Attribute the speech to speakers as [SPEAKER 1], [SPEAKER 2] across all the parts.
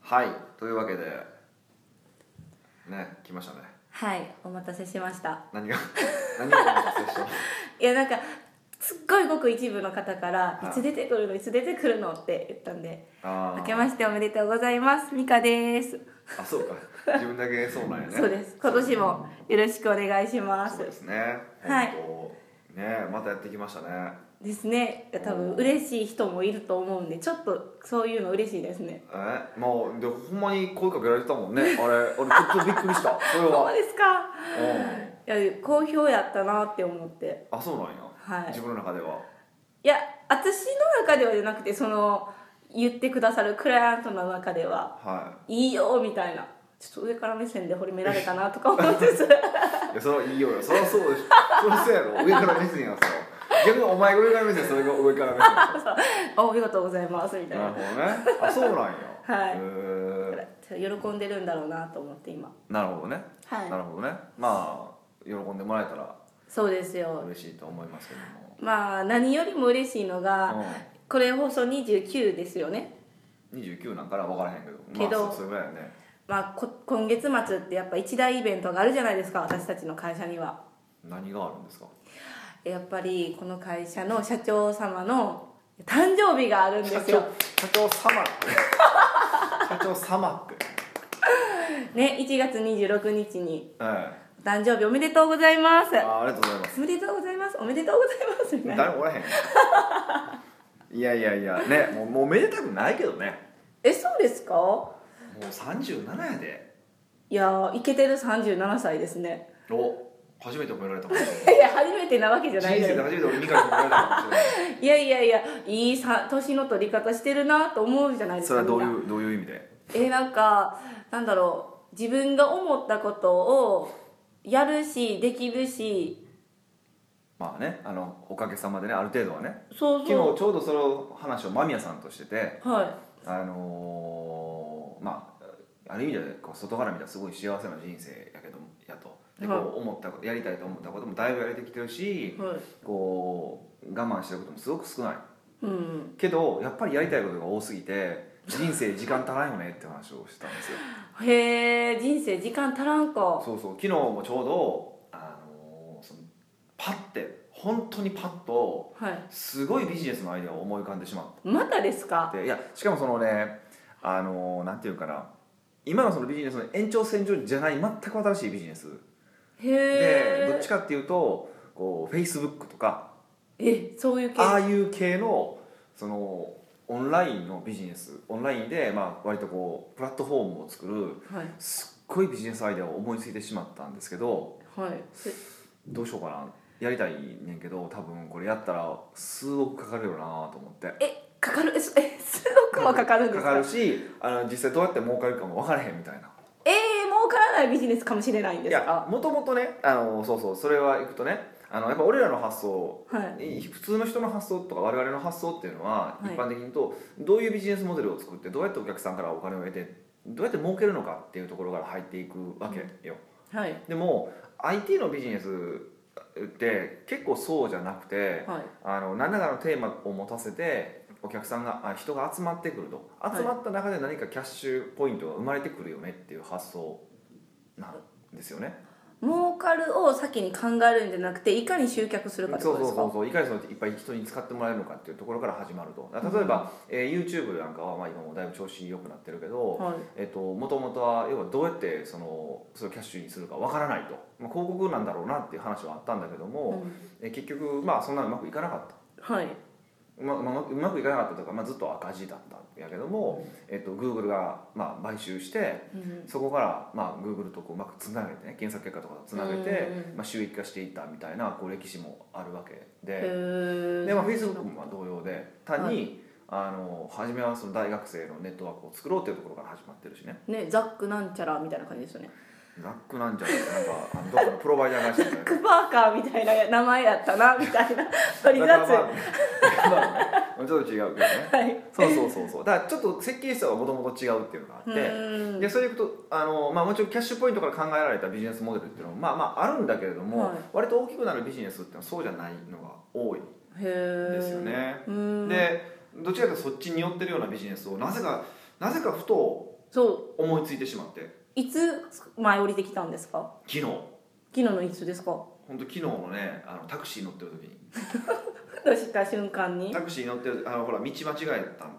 [SPEAKER 1] はいというわけでね来ましたね
[SPEAKER 2] はいお待たせしました
[SPEAKER 1] 何が 何がお待たせした
[SPEAKER 2] いやなんかすっごいごく一部の方から
[SPEAKER 1] は
[SPEAKER 2] 「
[SPEAKER 1] い
[SPEAKER 2] いつ出てくるのいつ出てくるの」って言ったんで「
[SPEAKER 1] あー
[SPEAKER 2] 明けましておめでとうございますミカです」
[SPEAKER 1] あそうか自分だけそうなんやね
[SPEAKER 2] そうです今年もよろしくお願いしま
[SPEAKER 1] そうですすね
[SPEAKER 2] はい
[SPEAKER 1] 本当ねまたやってきましたね
[SPEAKER 2] ですね多分嬉しい人もいると思うんでちょっとそういうの嬉しいですね
[SPEAKER 1] えもうでほんまに声かけられてたもんねあれ俺ちょっとびっくり したそれ
[SPEAKER 2] そう
[SPEAKER 1] は
[SPEAKER 2] ですか
[SPEAKER 1] うん
[SPEAKER 2] いや好評やったなって思って
[SPEAKER 1] あそうなんや、
[SPEAKER 2] はい
[SPEAKER 1] 自分の中ではい
[SPEAKER 2] や私の中ではじゃなくてその言ってくださるクライアントの中では
[SPEAKER 1] はい
[SPEAKER 2] いよみたいなちょっと上から目線で掘りめられたなとか思いつつ
[SPEAKER 1] いやそれはいいよよそれはそうでしょそれはそうやろ上から目線やんさ逆にお前が上から目線それが上から目線
[SPEAKER 2] あお見事ございます みたい
[SPEAKER 1] なる
[SPEAKER 2] な
[SPEAKER 1] ほどねあそうなんや
[SPEAKER 2] はい
[SPEAKER 1] へー
[SPEAKER 2] 喜んでるんだろうなと思って今
[SPEAKER 1] なるほどね、
[SPEAKER 2] はい
[SPEAKER 1] なるほどねまあ喜んでもらえたら
[SPEAKER 2] そうですよ
[SPEAKER 1] 嬉しいと思いますけども
[SPEAKER 2] まあ何よりも嬉しいのが、
[SPEAKER 1] う
[SPEAKER 2] これ放送29ですよね
[SPEAKER 1] 29なんかな分からへんけど
[SPEAKER 2] けど
[SPEAKER 1] まあ、そそれぐらいやね
[SPEAKER 2] まあこ今月末ってやっぱ一大イベントがあるじゃないですか私たちの会社には
[SPEAKER 1] 何があるんですか
[SPEAKER 2] やっぱりこの会社の社長様の誕生日があるんで
[SPEAKER 1] 社
[SPEAKER 2] す
[SPEAKER 1] 長
[SPEAKER 2] よ
[SPEAKER 1] 社長様って 社長様って
[SPEAKER 2] ね1月26日に
[SPEAKER 1] ええ
[SPEAKER 2] 「誕生日おめでとうございます」
[SPEAKER 1] あありがとうございます
[SPEAKER 2] おめでとうございますおめでとうございますみたいな
[SPEAKER 1] 誰もおらへんいやいやいやねもうもうめでたくないけどね
[SPEAKER 2] えそうですか
[SPEAKER 1] もう37やで
[SPEAKER 2] いやーイケてる37歳ですね
[SPEAKER 1] お初めて褒められたかもしれない
[SPEAKER 2] いや初めてなわけじゃない
[SPEAKER 1] 人
[SPEAKER 2] の
[SPEAKER 1] 生で初め
[SPEAKER 2] よ
[SPEAKER 1] て俺ミカに褒められたかもしれない
[SPEAKER 2] いやいやいやいいさ年の取り方してるなと思うじゃないです
[SPEAKER 1] そ
[SPEAKER 2] か
[SPEAKER 1] れはどう
[SPEAKER 2] みんな
[SPEAKER 1] いうどういう意味で
[SPEAKER 2] えなんかなんだろう自分が思ったことをやるしできるし
[SPEAKER 1] まあねあのおかげさまでねある程度はね
[SPEAKER 2] そう
[SPEAKER 1] 昨日ち
[SPEAKER 2] そ
[SPEAKER 1] ょ
[SPEAKER 2] う
[SPEAKER 1] うどその話を間宮さんとしてて
[SPEAKER 2] は
[SPEAKER 1] あのーまあある意味でこう外から見たらすごい幸せな人生やけどやとでこ
[SPEAKER 2] はいう
[SPEAKER 1] 思ったことやりたいと思ったこともだいぶやれてきてるし
[SPEAKER 2] いはい
[SPEAKER 1] こう我慢してることもすごく少ない
[SPEAKER 2] うん
[SPEAKER 1] けどやっぱりやりたいことが多すぎて人生時間足らんよねって話をしたんです よ
[SPEAKER 2] へえ人生時間足らんか
[SPEAKER 1] そうそう昨日もちょうど、あのーそのパッて本当にパッと
[SPEAKER 2] はい
[SPEAKER 1] すごいビジネスのアイデアを思い浮かんでしま
[SPEAKER 2] またですか
[SPEAKER 1] っていやしかもそのねあのーなんていうかな今のそのビジネスの延長線上じゃない全く新しいビジネス
[SPEAKER 2] へ
[SPEAKER 1] でどっ
[SPEAKER 2] え
[SPEAKER 1] ちかっていうとこうフェイスブックとか
[SPEAKER 2] えそういう系
[SPEAKER 1] ああいう系のそのオンラインのビジネスオンラインでまあ割とこうプラットフォームを作る
[SPEAKER 2] はい
[SPEAKER 1] すっごいビジネスアイデアを思いついてしまったんですけど
[SPEAKER 2] はい
[SPEAKER 1] どうしようかなやりたいねんけど多分これやったら数億かかるよなと思って
[SPEAKER 2] えかかるえすえ数億もかかるんですか
[SPEAKER 1] かかるしあの実際どうやって儲かるかも分からへんみたいな
[SPEAKER 2] ええ儲からないビジネスかもしれないん
[SPEAKER 1] い
[SPEAKER 2] です
[SPEAKER 1] や
[SPEAKER 2] か
[SPEAKER 1] もともとねあのそうそうそれはいくとねあのやっぱ俺らの発想
[SPEAKER 2] はい
[SPEAKER 1] 普通の人の発想とか我々の発想っていうのは
[SPEAKER 2] はい
[SPEAKER 1] 一般的に言うとどういうビジネスモデルを作ってどうやってお客さんからお金を得てどうやって儲けるのかっていうところから入っていくわけよ、
[SPEAKER 2] はい
[SPEAKER 1] でも IT のビジネスって結構そうじゃなくて
[SPEAKER 2] はい
[SPEAKER 1] あの何らかのテーマを持たせてお客さんがあ人が集まってくると
[SPEAKER 2] はい
[SPEAKER 1] 集まった中で何かキャッシュポイントが生まれてくるよねっていう発想なんですよね。
[SPEAKER 2] 儲かるを先に考えるんじゃなくていかに集客するかって
[SPEAKER 1] そ
[SPEAKER 2] こ
[SPEAKER 1] う
[SPEAKER 2] と
[SPEAKER 1] そう
[SPEAKER 2] です
[SPEAKER 1] そう
[SPEAKER 2] か
[SPEAKER 1] そういかにそのいっぱい人に使ってもらえるのかっていうところから始まるとだから例えば、えー YouTube なんかはまあ今もだいぶ調子良くなってるけど、
[SPEAKER 2] はい
[SPEAKER 1] えっともともとは要はどうやってそのそれをキャッシュにするかわからないと、まあ、広告なんだろうなっていう話はあったんだけども、
[SPEAKER 2] うん
[SPEAKER 1] えー結局まあそんなうまくいかなかった。
[SPEAKER 2] はい、
[SPEAKER 1] うままうまくいかなかったとか、まあ、ずっと赤字だったんやけども、えっと、Google が、まあ、買収して
[SPEAKER 2] うん
[SPEAKER 1] そこから、まあ、Google とこううまくつなげてね検索結果とかつなげて
[SPEAKER 2] うんうん、
[SPEAKER 1] まあ、収益化していったみたいなこう歴史もあるわけ
[SPEAKER 2] へ
[SPEAKER 1] で
[SPEAKER 2] ー
[SPEAKER 1] で、まあ、Facebook もまあ同様で単に、あの初めはその大学生のネットワークを作ろうというところから始まってるしね
[SPEAKER 2] ねザックなんちゃらみたいな感じですよね
[SPEAKER 1] ラックなんじゃないかなんかあのどっかのプロバイダー会社みたい
[SPEAKER 2] ザッ
[SPEAKER 1] な
[SPEAKER 2] クパーカーみたいな名前やったなみ たいな取り出す
[SPEAKER 1] ラックバーガーね ラックバーガーねちょっと違うけどね
[SPEAKER 2] はい
[SPEAKER 1] そうそうそうそうだからちょっと設計思想がもともと違うっていうのがあって、
[SPEAKER 2] うん
[SPEAKER 1] でそれでいくとあの、まあ、もちろんキャッシュポイントから考えられたビジネスモデルっていうのもまあまああるんだけれども、
[SPEAKER 2] はい
[SPEAKER 1] 割と大きくなるビジネスっていうのはそうじゃないのが多い
[SPEAKER 2] へえ
[SPEAKER 1] ですよね、
[SPEAKER 2] うん
[SPEAKER 1] でどちらかというとそっちに寄ってるようなビジネスをなぜかなぜかふと
[SPEAKER 2] そう
[SPEAKER 1] 思いついてしまって
[SPEAKER 2] いつ前降りてきたんですか
[SPEAKER 1] 昨日
[SPEAKER 2] 昨日のいつですか
[SPEAKER 1] 本当昨日のねあのタクシー乗ってる時に
[SPEAKER 2] ふとした瞬間に
[SPEAKER 1] タクシー乗ってるあのほら道間違えたの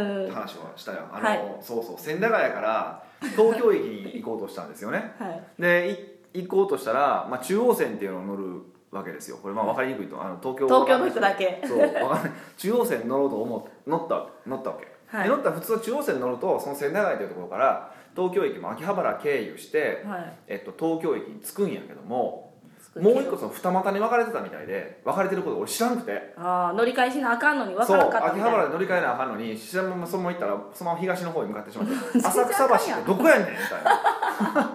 [SPEAKER 2] うん
[SPEAKER 1] って話はしたよあの、
[SPEAKER 2] はい
[SPEAKER 1] そうそう千駄ヶ谷から東京駅に行こうとしたんですよね
[SPEAKER 2] はい
[SPEAKER 1] でい行こうとしたら、まあ、中央線っていうのを乗るわけですよこれまあ分かりにくいとあの東京
[SPEAKER 2] 東京の人だけ
[SPEAKER 1] そうわかんない中央線乗ろうと思う乗った乗ったわけ、
[SPEAKER 2] はい
[SPEAKER 1] で乗ったら普通中央線乗るとその千駄ヶ谷というところから東京駅も秋葉原経由して、
[SPEAKER 2] はい
[SPEAKER 1] えっと、東京駅に着くんやけども
[SPEAKER 2] 作って
[SPEAKER 1] もう一個その二股に分かれてたみたいで分かれてること俺知らんくて
[SPEAKER 2] ああ乗り換えしなあかんのに分
[SPEAKER 1] そう
[SPEAKER 2] から
[SPEAKER 1] 秋
[SPEAKER 2] んかったみ
[SPEAKER 1] 葉
[SPEAKER 2] たいな
[SPEAKER 1] 原で乗り換えなあかんのに知らんままそのまま行ったらそのまま東の方に向かってしまって
[SPEAKER 2] 全 然
[SPEAKER 1] 浅草
[SPEAKER 2] あ
[SPEAKER 1] 橋
[SPEAKER 2] か
[SPEAKER 1] っ
[SPEAKER 2] んやん
[SPEAKER 1] てどこやねんみたい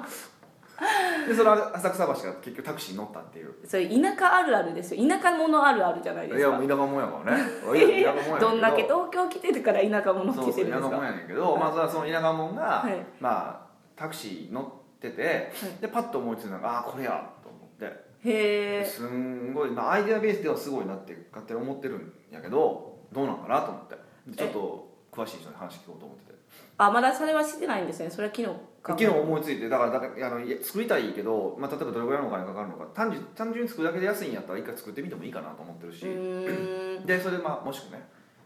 [SPEAKER 1] なでその浅草橋から結局タクシーに乗ったっていう
[SPEAKER 2] それ田舎あるあるですよ田舎者あるあるじゃないで
[SPEAKER 1] い
[SPEAKER 2] す
[SPEAKER 1] や
[SPEAKER 2] か
[SPEAKER 1] もう田舎もんやからねいや 田舎もんやけど
[SPEAKER 2] どんだけ東京来てるから田舎者
[SPEAKER 1] そう
[SPEAKER 2] 来
[SPEAKER 1] そ
[SPEAKER 2] て
[SPEAKER 1] う
[SPEAKER 2] るん
[SPEAKER 1] 田舎
[SPEAKER 2] です
[SPEAKER 1] もん
[SPEAKER 2] か
[SPEAKER 1] やねんけど、まあ、それはその田舎もんが、
[SPEAKER 2] はい
[SPEAKER 1] まあタクシー乗ってて、でパッと思いついたのがああこれやと思って
[SPEAKER 2] へえ
[SPEAKER 1] すんごい、まあ、アイデアベースではすごいなって勝手に思ってるんやけどどうなんかなと思ってでちょっと詳しい人に話聞こうと思ってて
[SPEAKER 2] あまだそれはしてないんですねそれは昨日か
[SPEAKER 1] 昨日思いついてだからだからあのいや作りたいけど、まあ、例えばどれぐらいのお金かかるのか単純単純に作るだけで安いんやったら一回作ってみてもいいかなと思ってるし
[SPEAKER 2] う、ーん
[SPEAKER 1] でそれでまあもしくね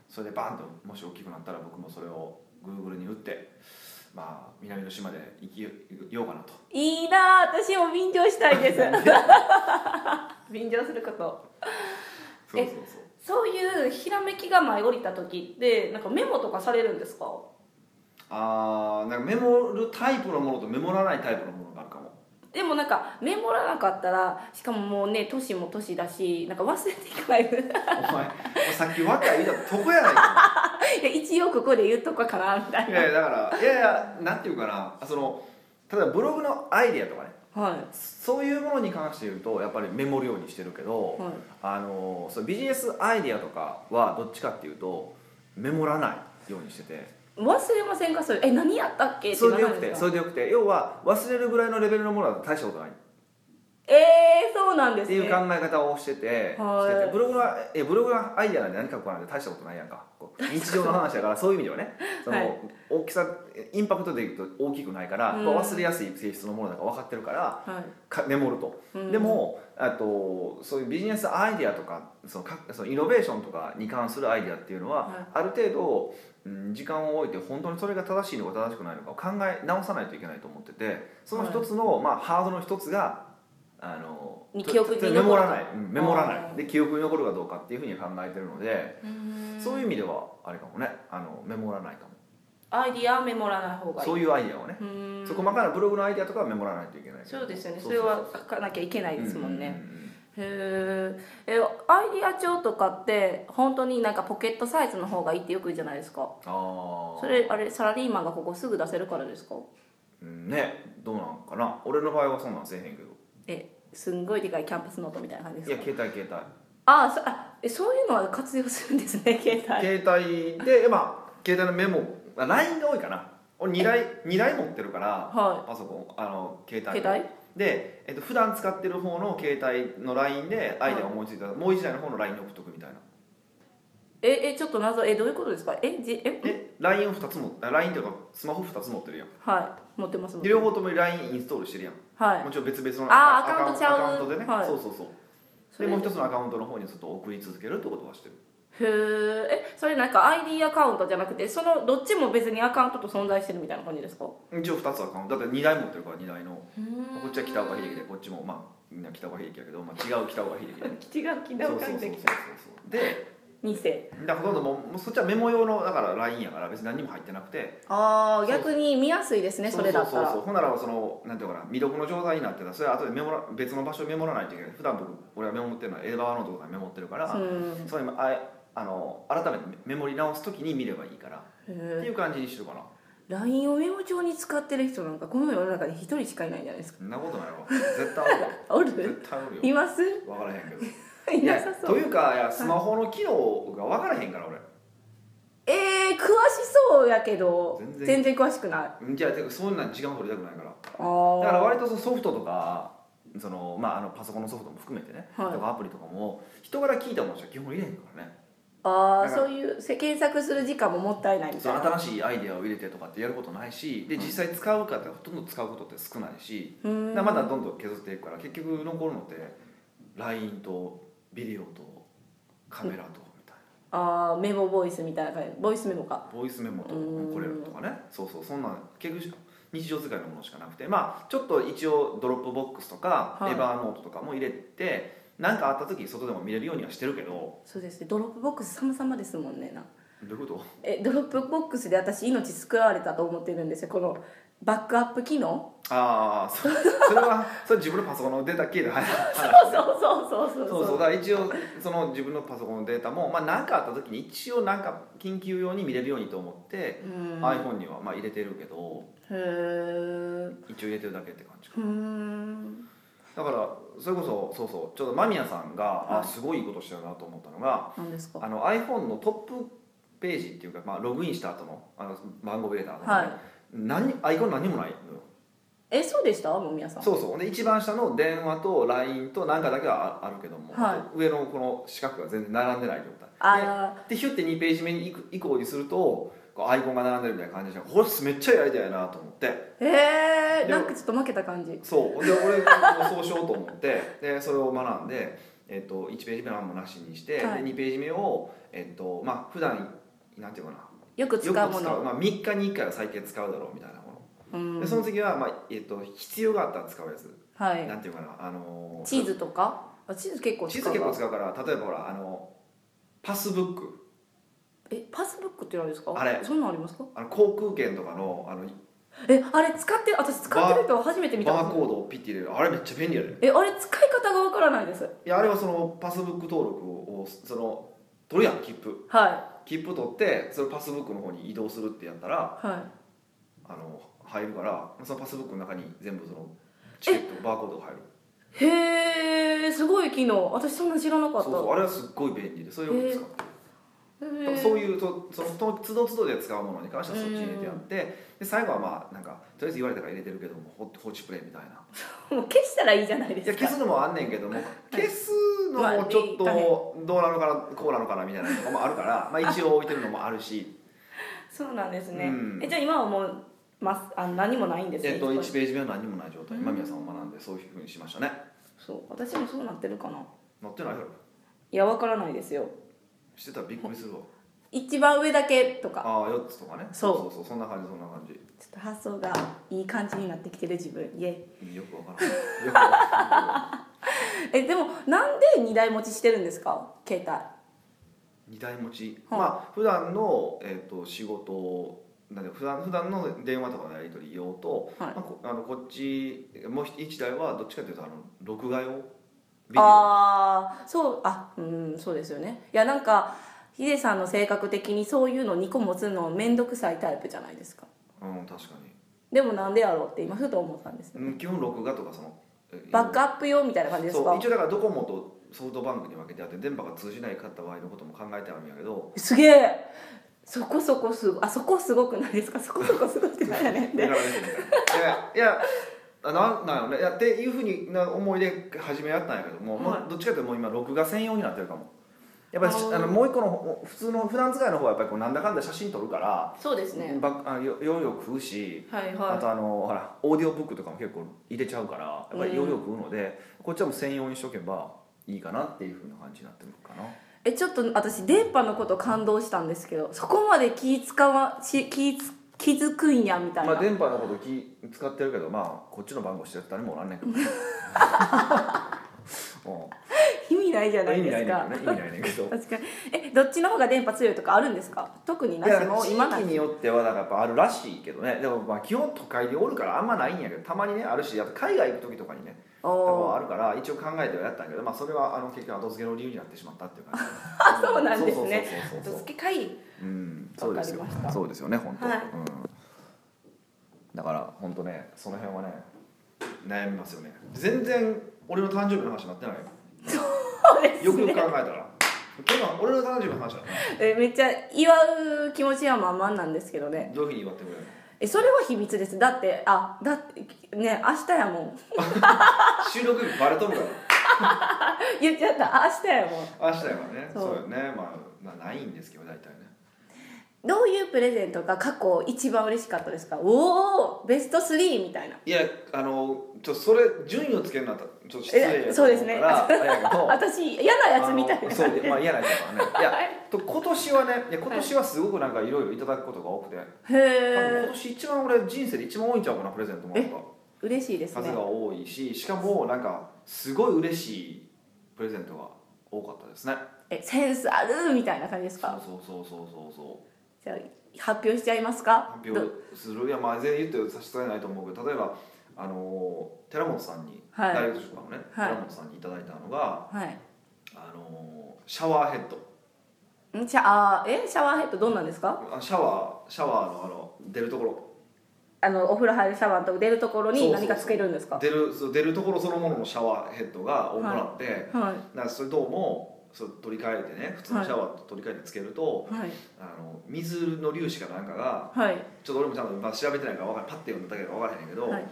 [SPEAKER 1] それでバーンともし大きくなったら僕もそれをグーグルに打ってまあ南の島で生きよようかなと
[SPEAKER 2] いいなあ私も便乗したいです便乗すること
[SPEAKER 1] そうそうそう
[SPEAKER 2] そういうひらめきが舞い降りた時ってなんかメモとかされるんですか
[SPEAKER 1] あーなんかメモるタイプのものとメモらないタイプのものがあるかも
[SPEAKER 2] でもなんかメモらなかったらしかももうね年も年だしなんか忘れていかない い
[SPEAKER 1] お前さっき若い言うたとこやないか
[SPEAKER 2] や一応ここで言っとこうかなみたい
[SPEAKER 1] いやいやだからいやいやなんていうかなその例えばブログのアイディアとかね
[SPEAKER 2] なは
[SPEAKER 1] そういうものに関して言うとやっぱりメモるようにしてるけど、
[SPEAKER 2] い、はい、
[SPEAKER 1] あのそのビジネスアイディアとかはどっちかっていうとメモらないようにしてて
[SPEAKER 2] 忘れませんかそれえ何やったっけ
[SPEAKER 1] それでよく
[SPEAKER 2] ってな
[SPEAKER 1] て
[SPEAKER 2] らないです
[SPEAKER 1] そ
[SPEAKER 2] か
[SPEAKER 1] れでよくて要は忘れるぐらいのレベルのものだと大したことないっ
[SPEAKER 2] えー、そうなんです
[SPEAKER 1] て
[SPEAKER 2] ね
[SPEAKER 1] いう考え方をしてて
[SPEAKER 2] はい
[SPEAKER 1] しててブログのえブログのアイディアなんて何書くかなんて大したことないやんかこう日常の話だからそういう意味ではねその、
[SPEAKER 2] はい
[SPEAKER 1] 大きさえインパクトでいくと大きくないから、
[SPEAKER 2] うん
[SPEAKER 1] まあ忘れやすい性質のものだから分かってるから
[SPEAKER 2] はい
[SPEAKER 1] かメモると、
[SPEAKER 2] うん
[SPEAKER 1] でもあとそういうビジネスアイディアとかそのかそのイノベーションとかに関するアイディアっていうのは、
[SPEAKER 2] はい
[SPEAKER 1] ある程度、うん、時間を置いて本当にそれが正しいのか正しくないのかを考え直さないといけないと思っててその一つの、まあ、ハードルの一つがあの
[SPEAKER 2] に記憶に
[SPEAKER 1] と
[SPEAKER 2] 残る
[SPEAKER 1] メモらない、うんメモらな
[SPEAKER 2] あー
[SPEAKER 1] いで記憶に残るかどうかっていうふうに考えてるので、
[SPEAKER 2] うーん
[SPEAKER 1] そういう意味ではあれかもねあのメモらないかも、
[SPEAKER 2] アイディアはメモらない方がいい
[SPEAKER 1] そういうアイディアをね、
[SPEAKER 2] うーん
[SPEAKER 1] そこ細かなブログのアイディアとかはメモらないといけないけど
[SPEAKER 2] そうですよね
[SPEAKER 1] そ
[SPEAKER 2] そう
[SPEAKER 1] そう
[SPEAKER 2] れ
[SPEAKER 1] そう
[SPEAKER 2] は書かなきゃいけないですもん
[SPEAKER 1] う
[SPEAKER 2] ね、
[SPEAKER 1] ううんうん
[SPEAKER 2] へーえアイディア帳とかって本当になんかポケットサイズの方がいいってよく言うじゃないですか
[SPEAKER 1] ああ
[SPEAKER 2] それあれサラリーマンがここすぐ出せるからですか
[SPEAKER 1] うんねどうなんかな俺の場合はそんなんせえへんけど
[SPEAKER 2] えすんごいでかいキャンパスノートみたいな感じ
[SPEAKER 1] い
[SPEAKER 2] で
[SPEAKER 1] や
[SPEAKER 2] すか
[SPEAKER 1] 携帯携帯
[SPEAKER 2] ああそあえそういうのは活用するんですね携帯
[SPEAKER 1] 携帯でまあ携帯のメモあ LINE が多いかな俺2台二台持ってるから
[SPEAKER 2] は
[SPEAKER 1] パソコンあの携
[SPEAKER 2] い
[SPEAKER 1] 帯
[SPEAKER 2] 携帯
[SPEAKER 1] で、えっと普段使ってる方の携帯の LINE でアイデアを思いついたら、もう1台の方の LINE に送っとくみたいな
[SPEAKER 2] ええちょっと謎えどういうことですかえじえ
[SPEAKER 1] え LINE を2つもあ LINE というかスマホ2つ持ってるやん
[SPEAKER 2] はい持ってます持って
[SPEAKER 1] で両方とも LINE インストールしてるやん、
[SPEAKER 2] ますはい
[SPEAKER 1] もちろん別々の
[SPEAKER 2] あーアカウントちゃ
[SPEAKER 1] ア
[SPEAKER 2] う
[SPEAKER 1] カウントでね、
[SPEAKER 2] はい
[SPEAKER 1] そうそうそうで
[SPEAKER 2] それ
[SPEAKER 1] もう
[SPEAKER 2] へ
[SPEAKER 1] 一つのアカウントの方にずっと送り続けるってことはしてる
[SPEAKER 2] ーえそれなんか ID アカウントじゃなくてそのどっちも別にアカウントと存在してるみたいな感じですかこ
[SPEAKER 1] 一応2つアカウントだって2台持ってるから2台のこっちは北岡秀樹でこっちもまあみんな北岡秀樹やけど、まあ、違う北岡秀 樹で
[SPEAKER 2] 違う気
[SPEAKER 1] そうそうそうそうそうで
[SPEAKER 2] 2世
[SPEAKER 1] だからほとんどもうもうそっちはメモ用のだから LINE やから別に何にも入ってなくて
[SPEAKER 2] ああ逆に見やすいですねそれだった
[SPEAKER 1] そうそうそ
[SPEAKER 2] ら
[SPEAKER 1] うほんならそのなんていうのかな未読の状態になってたらそれは後でメモら別の場所にメモらないといけない普段僕俺はメモってるのはエヴァノートとかにメモってるから、
[SPEAKER 2] うん
[SPEAKER 1] それもああの改めてメモり直す時に見ればいいから
[SPEAKER 2] へ
[SPEAKER 1] っ
[SPEAKER 2] ー
[SPEAKER 1] ていう感じにしてるかな
[SPEAKER 2] LINE をメモ帳に使ってる人なんかこの世の中に一人しかいないんじゃないですか
[SPEAKER 1] そんなことないわ絶対あるよ
[SPEAKER 2] おる
[SPEAKER 1] 絶対あるよ
[SPEAKER 2] います
[SPEAKER 1] 分からへんけど
[SPEAKER 2] いなさそ
[SPEAKER 1] と
[SPEAKER 2] う
[SPEAKER 1] いうかいやスマホの機能が分からへんから俺
[SPEAKER 2] えー、詳しそうやけど
[SPEAKER 1] 全然
[SPEAKER 2] 全然詳しくないあ
[SPEAKER 1] じゃあてかそんなん時間取りたくないから
[SPEAKER 2] あ
[SPEAKER 1] だから
[SPEAKER 2] ー
[SPEAKER 1] 割とそのソフトとかその、まあ、あのパソコンのソフトも含めてね、
[SPEAKER 2] はい
[SPEAKER 1] とかアプリとかも人から聞いたものしか基本入れへんからね
[SPEAKER 2] あああ
[SPEAKER 1] だから
[SPEAKER 2] そういうせ検索する時間ももったいないみ
[SPEAKER 1] そ
[SPEAKER 2] たい
[SPEAKER 1] の新
[SPEAKER 2] な
[SPEAKER 1] しいアイデアを入れてとかってやることないしで実際使うかってほとんど使うことって少ないし、
[SPEAKER 2] うーん
[SPEAKER 1] だからまだどんどん削っていくから結局残るのって LINE とビデオとカメラとみたい
[SPEAKER 2] ああメモボイスみたいな感じボイスメモか
[SPEAKER 1] なボイスメモと
[SPEAKER 2] うん
[SPEAKER 1] これとかねそうそうそんな結局日常使いのものしかなくてまあちょっと一応ドロップボックスとか、
[SPEAKER 2] はい
[SPEAKER 1] エバーノートとかも入れて何かあった時に外でも見れるようにはしてるけど
[SPEAKER 2] そうですねドロップボックス様々ですもんねな
[SPEAKER 1] どういうこと
[SPEAKER 2] えドロップボックスで私命救われたと思ってるんですよこのバックアップ機能
[SPEAKER 1] ああそ それはそれ自分のパソコンのデータ消えて話
[SPEAKER 2] そうそうそうそう
[SPEAKER 1] そう
[SPEAKER 2] そ
[SPEAKER 1] そううだから一応その自分のパソコンのデータもまあ、なんかあった時に一応なんか緊急用に見れるようにと思って、
[SPEAKER 2] うん
[SPEAKER 1] iPhone にはまあ入れてるけど
[SPEAKER 2] へー
[SPEAKER 1] 一応入れてるだけって感じか
[SPEAKER 2] うーん
[SPEAKER 1] だからそれこそそうそうちょっと間宮さんが、
[SPEAKER 2] は
[SPEAKER 1] あ
[SPEAKER 2] い
[SPEAKER 1] すごいいいことしてるなと思ったのが
[SPEAKER 2] 何ですか
[SPEAKER 1] あの iPhone のトップページっていうか、まあ、ログインした後のあの番号を入れた後のね、
[SPEAKER 2] はい
[SPEAKER 1] 何アイコン何もないのよ
[SPEAKER 2] えそうでしたもみやさん
[SPEAKER 1] そうそうで一番下の電話と LINE と何かだけはああるけども、
[SPEAKER 2] はい
[SPEAKER 1] 上のこの四角が全然並んでない状態で
[SPEAKER 2] あ
[SPEAKER 1] でヒュッて2ページ目に行く以降にするとこうアイコンが並んでるみたいな感じでこれめっちゃいいアイデアやなと思って
[SPEAKER 2] ーえー、
[SPEAKER 1] でも
[SPEAKER 2] なんかちょっと負けた感じ
[SPEAKER 1] そうで俺そうしようと思って でそれを学んで、えっと1ページ目は何もなしにして、
[SPEAKER 2] はい
[SPEAKER 1] で2ページ目をえっとまあ普段なんていうかな
[SPEAKER 2] よく使うもの
[SPEAKER 1] まあ、3日に1回は最低使うだろうみたいなもの、
[SPEAKER 2] うん
[SPEAKER 1] でその次は、まあえっと必要があったら使うやつ、
[SPEAKER 2] はい
[SPEAKER 1] なんていうかなあの
[SPEAKER 2] チーズとかあチーズ結構
[SPEAKER 1] チ
[SPEAKER 2] 使
[SPEAKER 1] ー
[SPEAKER 2] う
[SPEAKER 1] ズ結構
[SPEAKER 2] う
[SPEAKER 1] 使うから例えばほらあのパスブック
[SPEAKER 2] えパスブックって何ですか
[SPEAKER 1] あれ
[SPEAKER 2] そんなんありますか
[SPEAKER 1] あの航空券とかのあの
[SPEAKER 2] えあれ使ってる私使ってる人初めて見た
[SPEAKER 1] バーコードをピッて入れるあれめっちゃ便利やで
[SPEAKER 2] えあれ使い方がわからないです
[SPEAKER 1] いやあれはそのパスブック登録をその取るやん切符
[SPEAKER 2] は
[SPEAKER 1] 切符取ってそれパスブックの方に移動するってやったら
[SPEAKER 2] いは
[SPEAKER 1] あの入るからそのパスブックの中に全部そのチケットバーコードが入る
[SPEAKER 2] いへえすごい機能私そんな知らなか
[SPEAKER 1] そう
[SPEAKER 2] った
[SPEAKER 1] そうあれはすっごい便利でそれを使ってるだか
[SPEAKER 2] へ
[SPEAKER 1] ら
[SPEAKER 2] ー
[SPEAKER 1] そういうとそのその都度都度で使うものに関してはそっちに入れてやってで最後はまあなんかとりあえず言われたから入れてるけども放放置プレイみ たいな
[SPEAKER 2] もう消したらいいじゃないで
[SPEAKER 1] い
[SPEAKER 2] す
[SPEAKER 1] や
[SPEAKER 2] か
[SPEAKER 1] 消すのもあんねんけども消すのもちょっ
[SPEAKER 2] まあいい
[SPEAKER 1] とどうなのかなこうなのかなみたいなのもある から、まあ、一応置いてるのもあるし
[SPEAKER 2] そうなんですね、
[SPEAKER 1] うん
[SPEAKER 2] えじゃあ今はもう、ま、あの何もないんですね
[SPEAKER 1] えっと、
[SPEAKER 2] いっぱい
[SPEAKER 1] 1ページ目は何もない状態
[SPEAKER 2] うん
[SPEAKER 1] 今宮さんを学んでそういうふうにしましたね
[SPEAKER 2] そう私もそうなってるかな
[SPEAKER 1] 載ってないよ
[SPEAKER 2] いやわからないですよ
[SPEAKER 1] してたらびっくりするわ
[SPEAKER 2] 一番上だけとか
[SPEAKER 1] ああ4つとかね
[SPEAKER 2] そう
[SPEAKER 1] そうそうそんな感じそんな 感じ
[SPEAKER 2] ちょっと発想がいい感じになってきてる自分イエイ
[SPEAKER 1] うんよくわからないよくわ から
[SPEAKER 2] えでもなんで2台持ちしてるんですか携帯
[SPEAKER 1] ない2台持ち、
[SPEAKER 2] はい
[SPEAKER 1] まあ普段のえっと仕事なんで普段普段の電話とかのやり取り用と、
[SPEAKER 2] は
[SPEAKER 1] ま
[SPEAKER 2] い
[SPEAKER 1] あ、こあのこっちもう1台はどっちかというとあの録画用ビデオ
[SPEAKER 2] ああそうあうんそうですよねいやなんかヒデさんの性格的にそういうの2個持つの面倒くさいタイプじゃないですか
[SPEAKER 1] うん確かに
[SPEAKER 2] でもなんでやろうって今ふと思ったんですよ
[SPEAKER 1] うん基本録画とかそのえ
[SPEAKER 2] バックアップ用みたいな感じです
[SPEAKER 1] そう
[SPEAKER 2] か
[SPEAKER 1] 一応だからドコモとソフトバンクに分けてあって電波が通じないかった場合のことも考えてあるんやけど
[SPEAKER 2] すげえそこそこすごあそこすごくないですかそこそこすごくないよね
[SPEAKER 1] だからですねいやいやあなんなんやろねいやっていうふうにな思いで初めやったんやけども、まあ、どっちかというともう今録画専用になってるかもやっぱり
[SPEAKER 2] あー
[SPEAKER 1] あのもう一個の普通の普段使いの方はやっぱりこうなんだかんだ写真撮るから、
[SPEAKER 2] そうですね
[SPEAKER 1] バックあのよ容量食うし
[SPEAKER 2] はい
[SPEAKER 1] あ
[SPEAKER 2] は
[SPEAKER 1] とあのほらオーディオブックとかも結構入れちゃうからやっぱり容量食うので、こっちはもう専用にしとけばいいかなっていうふうな感じになってるかない
[SPEAKER 2] えちょっと私電波のこと感動したんですけどそこまで気使わし気つ気づくんやみたいな、
[SPEAKER 1] まあ電波のこと気使ってるけどまあこっちの番号して誰もおらんねんけ どねう
[SPEAKER 2] 意味ない じゃ
[SPEAKER 1] ん
[SPEAKER 2] ない
[SPEAKER 1] 意味
[SPEAKER 2] で
[SPEAKER 1] ない
[SPEAKER 2] す
[SPEAKER 1] ね
[SPEAKER 2] か
[SPEAKER 1] んけどね意味ないねんけど
[SPEAKER 2] 確かにえどっちの方が電波強いとかあるんですか特にないし
[SPEAKER 1] や
[SPEAKER 2] もう
[SPEAKER 1] 地
[SPEAKER 2] 今な
[SPEAKER 1] 域
[SPEAKER 2] い
[SPEAKER 1] によってはだからやっぱあるらしいけどねでもまあ基本都会におるからあんまないんやけどたまにねあるしあと海外行く時とかにね
[SPEAKER 2] お
[SPEAKER 1] とか
[SPEAKER 2] お
[SPEAKER 1] はあるから一応考えてはやったんやけど、まあ、それはあの結局後付けの理由になってしまったっていう感じ
[SPEAKER 2] あそうなんですね
[SPEAKER 1] そうそうそうそうそう
[SPEAKER 2] 付け会議
[SPEAKER 1] うんそうですよ
[SPEAKER 2] わかりました
[SPEAKER 1] そうですよね本当、
[SPEAKER 2] は
[SPEAKER 1] う
[SPEAKER 2] い
[SPEAKER 1] ん、だから本当ねその辺はね悩みますよね全然俺の誕生日の話になってないよ
[SPEAKER 2] そうですね
[SPEAKER 1] よくよく考 えたら今日は俺の誕生日の話だね
[SPEAKER 2] えめっちゃ祝う気持ちはまんまんなんですけどね
[SPEAKER 1] どういうふうに祝ってくれるの
[SPEAKER 2] えそれは秘密ですだってあだってね明日やもん
[SPEAKER 1] 収録日バレとるから
[SPEAKER 2] 言っちゃったあ明日やもん
[SPEAKER 1] 明日やからね
[SPEAKER 2] そう
[SPEAKER 1] そうよねまあまあないんですけど大体ね
[SPEAKER 2] どういうプレゼントが過去一番嬉しかったですかおおベスト3みたいない
[SPEAKER 1] やあのちょそれ順位をつけるのはちょっと失礼
[SPEAKER 2] え
[SPEAKER 1] やと
[SPEAKER 2] そう
[SPEAKER 1] 思
[SPEAKER 2] ですね
[SPEAKER 1] から あれやけど
[SPEAKER 2] 私嫌なやつみたい
[SPEAKER 1] あ
[SPEAKER 2] な
[SPEAKER 1] のそうまあ嫌なやつだからねいや、
[SPEAKER 2] はい
[SPEAKER 1] と今年はねいや今年はすごくなんかいろいろいただくことが多くて、
[SPEAKER 2] へ
[SPEAKER 1] 多分今
[SPEAKER 2] え
[SPEAKER 1] 年一番俺人生で一番多いんちゃうかなプレゼントもらった
[SPEAKER 2] 嬉しいですね
[SPEAKER 1] 数が多いししかもなんかすごい嬉しいプレゼントが多かったですね
[SPEAKER 2] えセンスあるみたいな感じです
[SPEAKER 1] そう
[SPEAKER 2] か
[SPEAKER 1] そうそうそうそうそう
[SPEAKER 2] じゃあ発表しちゃいますか
[SPEAKER 1] 発表
[SPEAKER 2] ど
[SPEAKER 1] するいやまあ全員言って差し支えないと思うけど例えばあの寺本さんに、
[SPEAKER 2] はい
[SPEAKER 1] ダイエット出版のね、
[SPEAKER 2] はい
[SPEAKER 1] 寺本さんにいただいたのが
[SPEAKER 2] はい
[SPEAKER 1] あのシャワーヘッド
[SPEAKER 2] んシャあーえシャワーヘッドどんなんですか
[SPEAKER 1] あシャワーシャワーのあの出るところ
[SPEAKER 2] あのお風呂入るシャワーのとこ出るとこ
[SPEAKER 1] そ
[SPEAKER 2] ろ
[SPEAKER 1] う
[SPEAKER 2] に
[SPEAKER 1] そうそう
[SPEAKER 2] 何かつけるんですか
[SPEAKER 1] 出るそう出るところそのもののシャワーヘッドがをもらって、
[SPEAKER 2] は
[SPEAKER 1] なんかそれどうもそれ取り替えてね普通のシャワーと取り替えてつけると、
[SPEAKER 2] いはい
[SPEAKER 1] あの水の粒子かなんかが
[SPEAKER 2] はい
[SPEAKER 1] ちょっと俺もちゃんと、まあ、調べてないからわかんパッて読んだだけで分からへんけど、
[SPEAKER 2] はい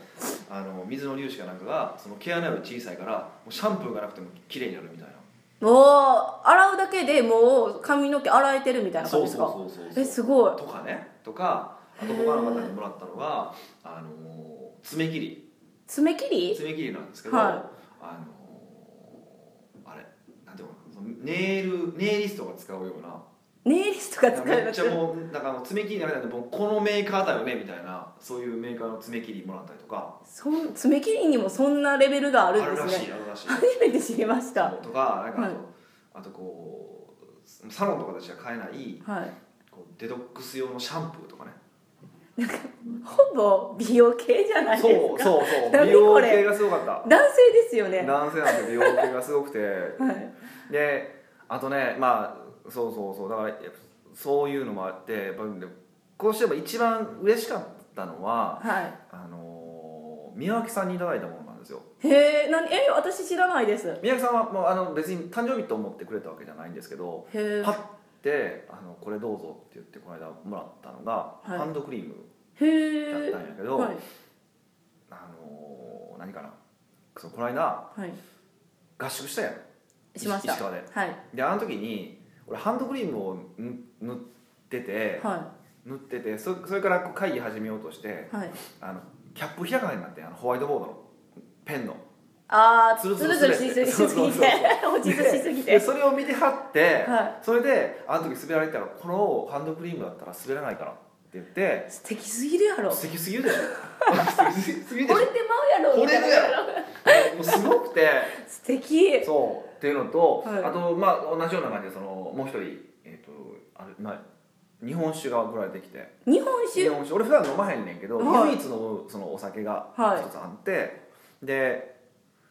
[SPEAKER 1] あの水の粒子かなんかがその毛穴より小さいからもうシャンプーがなくても綺麗になるみたいな
[SPEAKER 2] もう洗うだけでもう髪の毛洗えてるみたいな
[SPEAKER 1] そう
[SPEAKER 2] 感じです
[SPEAKER 1] そう
[SPEAKER 2] か
[SPEAKER 1] そうそう
[SPEAKER 2] えすごい
[SPEAKER 1] とかねとかあと他の方にもらったのがあの爪切り
[SPEAKER 2] 爪切り
[SPEAKER 1] 爪切りなんですけど、
[SPEAKER 2] はい
[SPEAKER 1] あのあれなんていうのかなそのネイルネイリストが使うような
[SPEAKER 2] ネイリストが使え
[SPEAKER 1] めっ
[SPEAKER 2] な
[SPEAKER 1] ちゃ
[SPEAKER 2] く
[SPEAKER 1] もうなんかもう爪切りになれないんでもうこのメーカーだよねみたいなそういうメーカーの爪切りもらったりとか
[SPEAKER 2] そん爪切りにもそんなレベルがあるんです
[SPEAKER 1] らしい
[SPEAKER 2] ね
[SPEAKER 1] あるらしい
[SPEAKER 2] 初めて知りました
[SPEAKER 1] とかなんかあと,、
[SPEAKER 2] はい
[SPEAKER 1] あとこうサロンとかでしか買えない
[SPEAKER 2] はい
[SPEAKER 1] こうデトックス用のシャンプーとかね
[SPEAKER 2] ほぼ美容系じゃないです
[SPEAKER 1] そ
[SPEAKER 2] か
[SPEAKER 1] うそうそう
[SPEAKER 2] 何
[SPEAKER 1] 美容
[SPEAKER 2] これ
[SPEAKER 1] 系がすごかった
[SPEAKER 2] 男性ですよねは
[SPEAKER 1] 男性なんて美容系がすごくて
[SPEAKER 2] い
[SPEAKER 1] であとねまあそうそうそうだからやっぱそういうのもあってやっぱりねこうしても一番嬉しかったのは
[SPEAKER 2] は
[SPEAKER 1] あのー宮脇さんにいただいたものなんですよ
[SPEAKER 2] いへえ何え私知らないですへ
[SPEAKER 1] 宮脇さんは、まあ、あの別に誕生日と思ってくれたわけじゃないんですけど
[SPEAKER 2] え
[SPEAKER 1] パッてあの「これどうぞ」って言ってこの間もらったのが、
[SPEAKER 2] はい
[SPEAKER 1] ハンドクリームだっ
[SPEAKER 2] へえ
[SPEAKER 1] たんやけど、
[SPEAKER 2] はい
[SPEAKER 1] あのー何かなそうこの間
[SPEAKER 2] はい
[SPEAKER 1] 合宿したやん
[SPEAKER 2] しました
[SPEAKER 1] 石川で
[SPEAKER 2] はい
[SPEAKER 1] であの時に俺ハンドクリームを塗塗ってて
[SPEAKER 2] は
[SPEAKER 1] 塗っててそそれからこう会議始めようとして
[SPEAKER 2] いはい
[SPEAKER 1] あのキャップ開かへんなってんあのホワイトボードのペンの
[SPEAKER 2] ああ
[SPEAKER 1] つ
[SPEAKER 2] つ
[SPEAKER 1] る
[SPEAKER 2] る
[SPEAKER 1] つ
[SPEAKER 2] つ
[SPEAKER 1] る
[SPEAKER 2] る
[SPEAKER 1] する
[SPEAKER 2] しす
[SPEAKER 1] そうそうそう
[SPEAKER 2] ぎて
[SPEAKER 1] そう
[SPEAKER 2] 落ち着しすぎ
[SPEAKER 1] で
[SPEAKER 2] て
[SPEAKER 1] それを見てはって、
[SPEAKER 2] は
[SPEAKER 1] それであの時滑られたらこのハンドクリームだったら滑らないからって言って
[SPEAKER 2] 素敵すぎるやろ
[SPEAKER 1] 素敵すぎるでしょ 素敵すぎるでし
[SPEAKER 2] 惚れてまうやろみたい
[SPEAKER 1] 惚れ
[SPEAKER 2] な
[SPEAKER 1] るやょもうすごくて
[SPEAKER 2] 素敵
[SPEAKER 1] そうっていうのと、
[SPEAKER 2] はい
[SPEAKER 1] あとまあ同じような感じでそのもう一人えっ、とあれな日本酒が送られてきて
[SPEAKER 2] 日本
[SPEAKER 1] 日
[SPEAKER 2] 酒
[SPEAKER 1] 本酒俺普段飲まへんねんけど、
[SPEAKER 2] はい
[SPEAKER 1] 唯一のそのお酒が
[SPEAKER 2] はい
[SPEAKER 1] 一つあって、で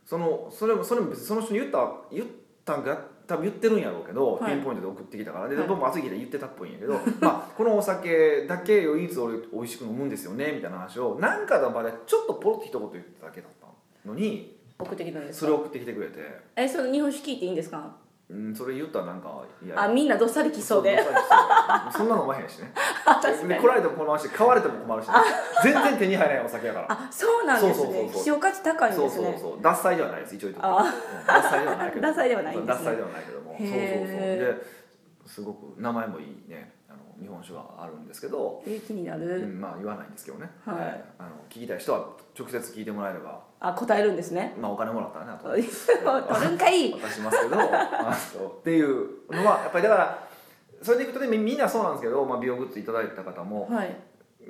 [SPEAKER 1] そのそれもそれも別にその人に言った言ったんか多分言ってるんやろうけど、
[SPEAKER 2] はい
[SPEAKER 1] ピンポイントで送ってきたからで
[SPEAKER 2] はい
[SPEAKER 1] 僕も暑い日で言ってたっぽいんやけど、 まあ、このお酒だけ唯一俺美味しく飲むんですよねみたいな話をなんかの場でちょっとポロって一言言っただけだったのに
[SPEAKER 2] 送ってきたんです
[SPEAKER 1] そ
[SPEAKER 2] か
[SPEAKER 1] れを送ってきてくれて、
[SPEAKER 2] えその日本酒聞いていいんですか
[SPEAKER 1] うん、それ言ったらなんかい
[SPEAKER 2] あみんなどっさり来そうで
[SPEAKER 1] そんなの飲まへんしね
[SPEAKER 2] あ確かに
[SPEAKER 1] で来られても困るし買われても困るし、全然手に入らないお酒やから
[SPEAKER 2] あそうなんです
[SPEAKER 1] そうそうそう
[SPEAKER 2] ね
[SPEAKER 1] そう
[SPEAKER 2] 希少価値高いん
[SPEAKER 1] そ
[SPEAKER 2] で
[SPEAKER 1] う
[SPEAKER 2] す
[SPEAKER 1] そう
[SPEAKER 2] ね
[SPEAKER 1] そう脱菜ではないです一応言っとく
[SPEAKER 2] あ
[SPEAKER 1] うん脱菜ではないけど
[SPEAKER 2] 獺祭ではないんですね
[SPEAKER 1] 脱菜ではないけどもそうそうそう
[SPEAKER 2] へ
[SPEAKER 1] ですごく名前もいいねあの日本酒があるんですけど、
[SPEAKER 2] え気にな
[SPEAKER 1] う
[SPEAKER 2] る
[SPEAKER 1] ん、まあ言わないんですけどね、
[SPEAKER 2] はい
[SPEAKER 1] あの聞きたい人は直接聞いてもらえれば、
[SPEAKER 2] あ答えるんですね
[SPEAKER 1] まあ、お金もらったらねあと
[SPEAKER 2] 取るんかい
[SPEAKER 1] 渡しますけどあそうっていうのはやっぱりだからそれでいくとねみみんなそうなんですけど、まあ、美容グッズいただいた方も
[SPEAKER 2] はい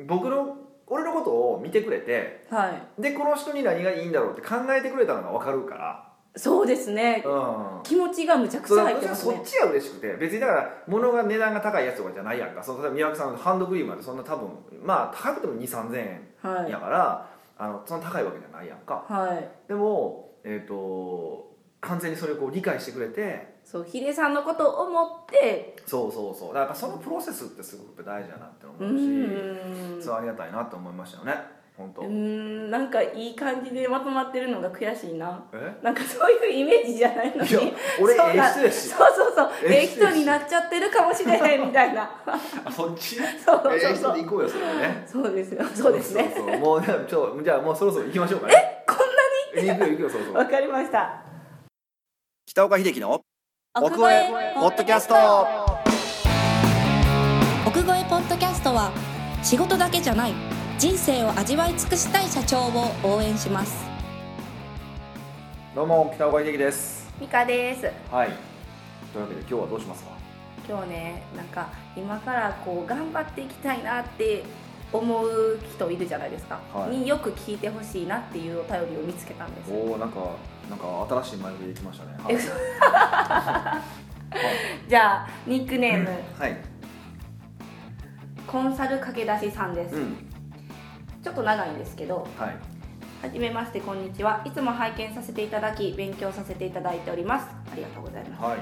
[SPEAKER 1] 僕の俺のことを見てくれて
[SPEAKER 2] は
[SPEAKER 1] でこの人に何がいいんだろうって考えてくれたのが分かるか
[SPEAKER 2] いそうですね
[SPEAKER 1] ら、うん、
[SPEAKER 2] 気持ちがむちゃくち
[SPEAKER 1] そ
[SPEAKER 2] ゃ
[SPEAKER 1] う
[SPEAKER 2] 入っ
[SPEAKER 1] 私
[SPEAKER 2] て
[SPEAKER 1] は
[SPEAKER 2] ます
[SPEAKER 1] そっ
[SPEAKER 2] ね
[SPEAKER 1] ちが嬉しくて別にだから物が値段が高いやつとかじゃないやんかその例えば宮脇さんのハンドクリームなんてそんな多分まあ高くても2 3千
[SPEAKER 2] は
[SPEAKER 1] 円
[SPEAKER 2] い
[SPEAKER 1] やから、あのそんな高いわけじゃないやんか
[SPEAKER 2] はい
[SPEAKER 1] でもえっ、と完全にそれをこう理解してくれて
[SPEAKER 2] そうヒデさんのことを思って
[SPEAKER 1] そうそうそうだからやっぱそのプロセスってすごく大事だなって思
[SPEAKER 2] うー
[SPEAKER 1] うし
[SPEAKER 2] ん
[SPEAKER 1] そうありがたいなと思いましたよね本当
[SPEAKER 2] うーんなんかいい感じでまとまってるのが悔しいな
[SPEAKER 1] え
[SPEAKER 2] なんかそういうイメージじゃないのに
[SPEAKER 1] いや俺
[SPEAKER 2] そう
[SPEAKER 1] ええ
[SPEAKER 2] な
[SPEAKER 1] 人やし
[SPEAKER 2] そうそうそう
[SPEAKER 1] え
[SPEAKER 2] え
[SPEAKER 1] え
[SPEAKER 2] え
[SPEAKER 1] 人や
[SPEAKER 2] 人
[SPEAKER 1] し
[SPEAKER 2] になっちゃってるかもしれへんみた いな
[SPEAKER 1] あそっち
[SPEAKER 2] そうそうそう
[SPEAKER 1] ええ人で行こうよそれはね
[SPEAKER 2] そうですよそうですね
[SPEAKER 1] そうそうもうじゃあちょじゃあもうそろそろ行きましょうか ね
[SPEAKER 2] こん
[SPEAKER 1] え行くよ行くよそろそ
[SPEAKER 2] な
[SPEAKER 1] ろ
[SPEAKER 2] にわかりました
[SPEAKER 1] 北岡秀樹の
[SPEAKER 2] 奥越え
[SPEAKER 1] ポッドキャスト
[SPEAKER 2] は
[SPEAKER 3] 奥越えポッドキャストは仕事だけじゃない人生を味わい尽くしたい社長を応援します
[SPEAKER 1] どうも北岡秀樹です
[SPEAKER 2] ミカです
[SPEAKER 1] はいというわけで今日はどうしますか
[SPEAKER 2] 今日ねなんか今からこう頑張っていきたいなって思う人いるじゃないですか、
[SPEAKER 1] はい
[SPEAKER 2] によく聞いてほしいなっていうお便りを見つけたんです
[SPEAKER 1] おおなんかなんか新しい前振りできましたね
[SPEAKER 2] え嘘じゃあニックネーム
[SPEAKER 1] はい、はい、
[SPEAKER 2] コンサル駆け出しさんです、
[SPEAKER 1] うん
[SPEAKER 2] ちょっと長いんですけど
[SPEAKER 1] はい
[SPEAKER 2] はじめましてこんにちはいつも拝見させていただき勉強させていただいておりますありがとうございます
[SPEAKER 1] はい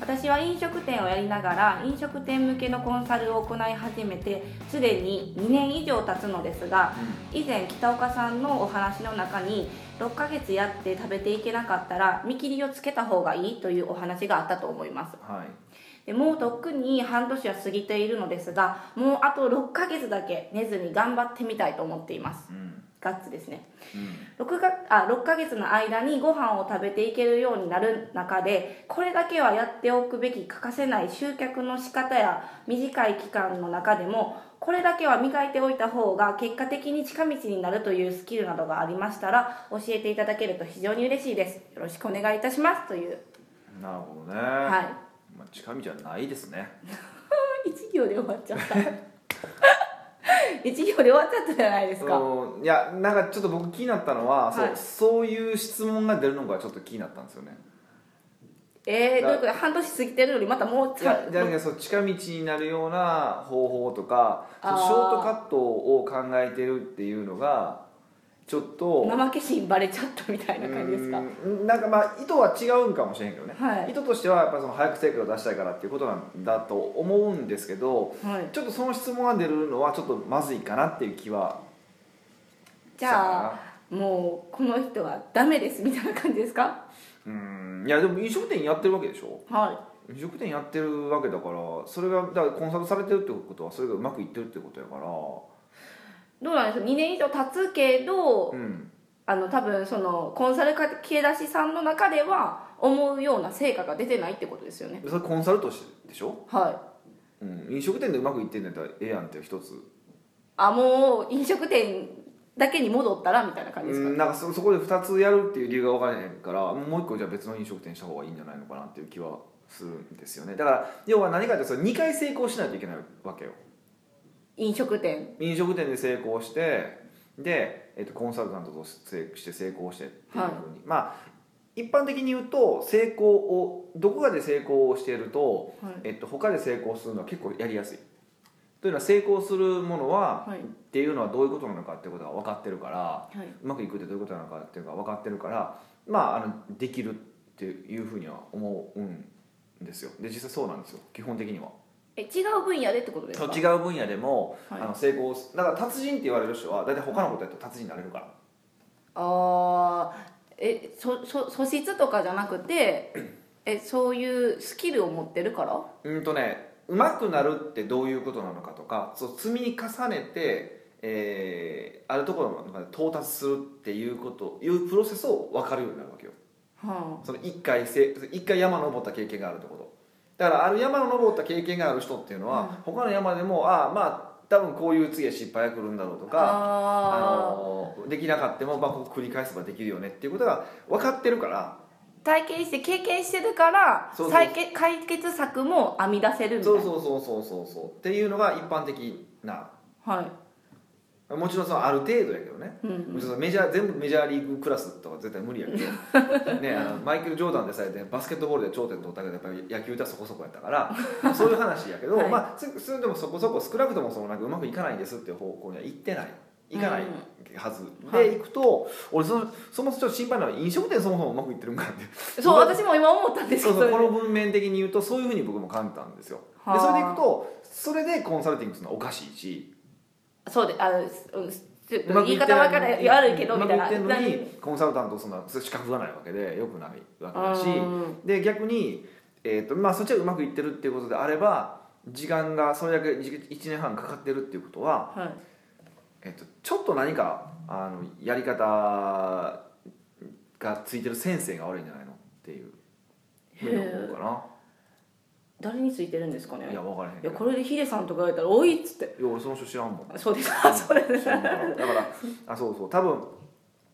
[SPEAKER 2] 私は飲食店をやりながら飲食店向けのコンサルを行い始めてすでに2年以上経つのですが以前北岡さんのお話の中に6ヶ月やって食べていけなかったら見切りをつけた方がいいというお話があったと思います
[SPEAKER 1] はい
[SPEAKER 2] でもうとっくに半年は過ぎているのですがもうあと6ヶ月だけ寝ずに頑張ってみたいと思っています
[SPEAKER 1] うん
[SPEAKER 2] ガッツですね
[SPEAKER 1] うん
[SPEAKER 2] 6かあ6ヶ月の間にご飯を食べていけるようになる中でこれだけはやっておくべき欠かせない集客の仕方や短い期間の中でもこれだけは磨いておいた方が結果的に近道になるというスキルなどがありましたら教えていただけると非常に嬉しいですよろしくお願いいたしますという
[SPEAKER 1] なるほどね
[SPEAKER 2] は
[SPEAKER 1] まあ、近道はないですね
[SPEAKER 2] い1行で終わっちゃった1 行で終わっちゃったじゃないですか
[SPEAKER 1] そういやなんかちょっと僕気になったのは、
[SPEAKER 2] はい
[SPEAKER 1] そうそういう質問が出るのがちょっと気になったんですよね
[SPEAKER 2] えー、どういうこと半年過ぎてるのにまたもう
[SPEAKER 1] い
[SPEAKER 2] ち
[SPEAKER 1] や
[SPEAKER 2] ゃ
[SPEAKER 1] じゃあねそう近道になるような方法とかそう
[SPEAKER 2] あー
[SPEAKER 1] ショートカットを考えてるっていうのがちょっと
[SPEAKER 2] 怠け心バレちゃったみたいな感じですか
[SPEAKER 1] うんなんかまあ意図は違うんかもしれんけどね、
[SPEAKER 2] はい
[SPEAKER 1] 意図としてはやっぱりその早く成果を出したいからっていうことなんだと思うんですけど
[SPEAKER 2] はい
[SPEAKER 1] ちょっとその質問が出るのはちょっとまずいかなっていう気は
[SPEAKER 2] じゃあもうこの人はダメですみたいな感じですか
[SPEAKER 1] うんいやでも飲食店やってるわけでしょ
[SPEAKER 2] は
[SPEAKER 1] 飲食店やってるわけだからそれがだからコンサルされてるってことはそれがうまくいってるってことやから
[SPEAKER 2] いどうなんでしょう2年以上経つけど、
[SPEAKER 1] うん
[SPEAKER 2] あの多分そのコンサル系出しさんの中では思うような成果が出てないってことですよね
[SPEAKER 1] それコンサルとしてでしょ、
[SPEAKER 2] はい
[SPEAKER 1] うん、飲食店でうまくいってんだったらええやんって一つ
[SPEAKER 2] あもう飲食店だけに戻ったらみたいな感じですか、
[SPEAKER 1] うんなんかそそこで2つやるっていう理由が分からへんからもう一個じゃあ別の飲食店した方がいいんじゃないのかなっていう気はするんですよねだから要は何かってそれ2回成功しないといけないわけよ
[SPEAKER 2] 飲食店
[SPEAKER 1] 飲食店で成功してで、えっとコンサルタントとしてして成功してっていうふうに、まあ一般的に言うと成功をどこかで成功をしていると、
[SPEAKER 2] はい
[SPEAKER 1] えっと他で成功するのは結構やりやすいというのは成功するものは、
[SPEAKER 2] はい
[SPEAKER 1] っていうのはどういうことなのかっていうことが分かってるから
[SPEAKER 2] はいう
[SPEAKER 1] まくいくってどういうことなのかっていうのが分かってるからまああのできるっていうふうには思うんですよで実際そうなんですよ基本的には
[SPEAKER 2] え違う分野でってことですか
[SPEAKER 1] 違う分野でも、
[SPEAKER 2] はい
[SPEAKER 1] あの成功すだから達人って言われる人は大体他のことやったら達人になれるから
[SPEAKER 2] ああえそそ素質とかじゃなくてえそういうスキルを持ってるから
[SPEAKER 1] うんとねうまくなるってどういうことなのかとかそう積み重ねて、えーあるところまで到達するっていうこというプロセスを分かるようになるわけよ
[SPEAKER 2] は
[SPEAKER 1] その一回せ一回山登った経験があるってことだからある山を登った経験がある人っていうのは、他の山でもああまあ多分こういう次は失敗が来るんだろうと
[SPEAKER 2] あ
[SPEAKER 1] か
[SPEAKER 2] あ
[SPEAKER 1] あ
[SPEAKER 2] ー
[SPEAKER 1] のできなかったも、まあ、ここ繰り返せばできるよねっていうことが分かってるから
[SPEAKER 2] 体験して経験してるから
[SPEAKER 1] そうそう
[SPEAKER 2] 再け解決策も編み出せるみた
[SPEAKER 1] そ
[SPEAKER 2] い
[SPEAKER 1] う
[SPEAKER 2] な
[SPEAKER 1] そうそうそうそうそうっていうのが一般的な
[SPEAKER 2] は
[SPEAKER 1] もちろんそのある程度やけどね
[SPEAKER 2] い、うん
[SPEAKER 1] もちろんメジャー全部メジャーリーグクラスとか絶対無理やけど、ね、あのマイケル・ジョーダンでさえねバスケットボールで頂点取ったけどやっぱり野球ではそこそこやったからそういう話やけど、
[SPEAKER 2] はい
[SPEAKER 1] まあそそれでもそこそこ少なくともそのなんかうまくいかないんですっていう方向には行ってない行かないはず、
[SPEAKER 2] うんはい
[SPEAKER 1] で行くと、俺そのそもそもちょっと心配なのは飲食店そもそもうまくいってるんかって
[SPEAKER 2] そう私も今思ったんです
[SPEAKER 1] そ
[SPEAKER 2] け
[SPEAKER 1] う
[SPEAKER 2] ど
[SPEAKER 1] そうこの文面的に言うとそういうふうに僕も感じたんですよでそれでいくとそれでコンサルティングするのはおかしいし
[SPEAKER 2] そうであのうんちょっ
[SPEAKER 1] う
[SPEAKER 2] と
[SPEAKER 1] まく
[SPEAKER 2] 言
[SPEAKER 1] い
[SPEAKER 2] い
[SPEAKER 1] って
[SPEAKER 2] 方
[SPEAKER 1] な
[SPEAKER 2] わから悪いけどみたいう
[SPEAKER 1] ま
[SPEAKER 2] な
[SPEAKER 1] くいってんのに
[SPEAKER 2] 何
[SPEAKER 1] コンサルタントそんな資格がないわけでよくないわけだし
[SPEAKER 2] うん
[SPEAKER 1] で逆に、えーとまあ、そっちはうまくいってるっていうことであれば時間がそれだけ1年半かかってるっていうことは、
[SPEAKER 2] はい
[SPEAKER 1] えー、とちょっと何かあのやり方がついてる先生が悪いんじゃないのっていうふうに思うかな。
[SPEAKER 2] 誰についてるんですかね
[SPEAKER 1] いや分からへん
[SPEAKER 2] い
[SPEAKER 1] け
[SPEAKER 2] や
[SPEAKER 1] ど
[SPEAKER 2] これでヒデさんとか言ったら「おい」っつって
[SPEAKER 1] いや俺その人知らんもん
[SPEAKER 2] 「そうですかそれで
[SPEAKER 1] 知らんからだからあそうそう多分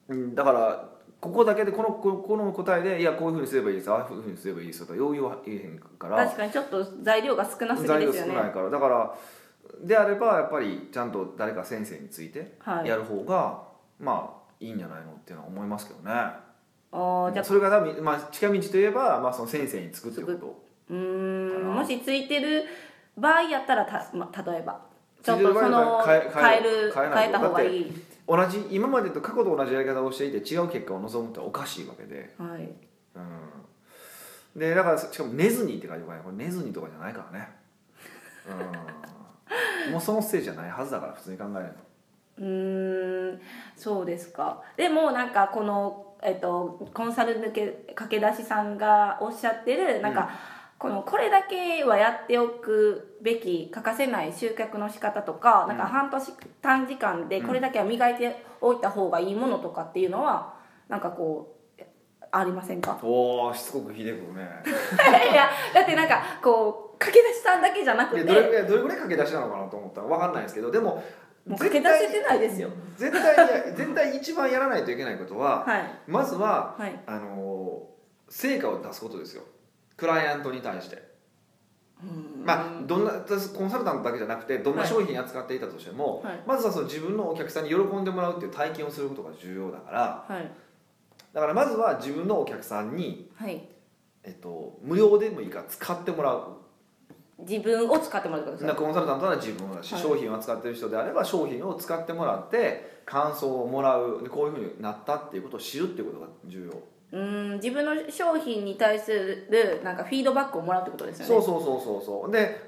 [SPEAKER 1] うんだからここだけでこのここの答えでいやこういうふうにすればいいですああいうふうにすればいいですよと余裕は言えへんから
[SPEAKER 2] 確かにちょっと材料が少なすぎ
[SPEAKER 1] 材
[SPEAKER 2] で
[SPEAKER 1] 料
[SPEAKER 2] すよ
[SPEAKER 1] 少
[SPEAKER 2] ね
[SPEAKER 1] ないからだからであればやっぱりちゃんと誰か先生について
[SPEAKER 2] はい
[SPEAKER 1] やる方が、まあいいんじゃないのっていうのは思いますけどね
[SPEAKER 2] あーじゃあ
[SPEAKER 1] それが多分、まあ、近道といえば、まあ、その先生につくってこと
[SPEAKER 2] うーんもしついてる場合やったらた、ま、例えばちょっ
[SPEAKER 1] ついて
[SPEAKER 2] と
[SPEAKER 1] る場合
[SPEAKER 2] その
[SPEAKER 1] 変
[SPEAKER 2] 変
[SPEAKER 1] え
[SPEAKER 2] え
[SPEAKER 1] 変え
[SPEAKER 2] る
[SPEAKER 1] 変え
[SPEAKER 2] 変
[SPEAKER 1] ない
[SPEAKER 2] えた方がいい
[SPEAKER 1] 同じ今までと過去と同じやり方をしていて違う結果を望むっておかしいわけで
[SPEAKER 2] は
[SPEAKER 1] う
[SPEAKER 2] い
[SPEAKER 1] んでだからしかも「寝ずに」って書いておかないこれ寝ずにとかじゃないからねうんもうそのステージじゃないはずだから普通に考えると
[SPEAKER 2] うーんそうですかでもなんかこの、えっと、コンサル抜け駆け出しさんがおっしゃってるなんか、このこれだけはやっておくべき欠かせない集客の仕方とか、なんか半年短時間でこれだけは磨いておいた方がいいものとかっていうのはなんかこうありませんか
[SPEAKER 1] おおしつこくひでくね
[SPEAKER 2] いやだってなんかこう駆け出しさんだけじゃなく
[SPEAKER 1] いや
[SPEAKER 2] て
[SPEAKER 1] どれぐらいどれぐらい駆け出しなのかなと思ったら分かんないですけどでも
[SPEAKER 2] もう駆け出せてないですよ
[SPEAKER 1] 絶対絶対や絶対一番やらないといけないことは、
[SPEAKER 2] はい
[SPEAKER 1] まずは、
[SPEAKER 2] はい
[SPEAKER 1] あのー成果を出すことですよクライアントに対して、
[SPEAKER 2] うん
[SPEAKER 1] まあどんなコンサルタントだけじゃなくてどんな
[SPEAKER 2] はい
[SPEAKER 1] 商品扱っていたとしても、
[SPEAKER 2] はい
[SPEAKER 1] まずはその自分のお客さんに喜んでもらうっていう体験をすることが重要だから
[SPEAKER 2] はい
[SPEAKER 1] だからまずは自分のお客さんに、
[SPEAKER 2] はい
[SPEAKER 1] えっと、無料でもいいから使ってもらう
[SPEAKER 2] 自分を使ってもらってください
[SPEAKER 1] なコンサルタントなら自分だし、
[SPEAKER 2] はい
[SPEAKER 1] 商品を扱ってる人であれば商品を使ってもらって感想をもらうでこういうふうになったっていうことを知るっていうことが重要、
[SPEAKER 2] うーん自分の商品に対するなんかフィードバックをもらうってことですよね
[SPEAKER 1] そうそうそうそうそうで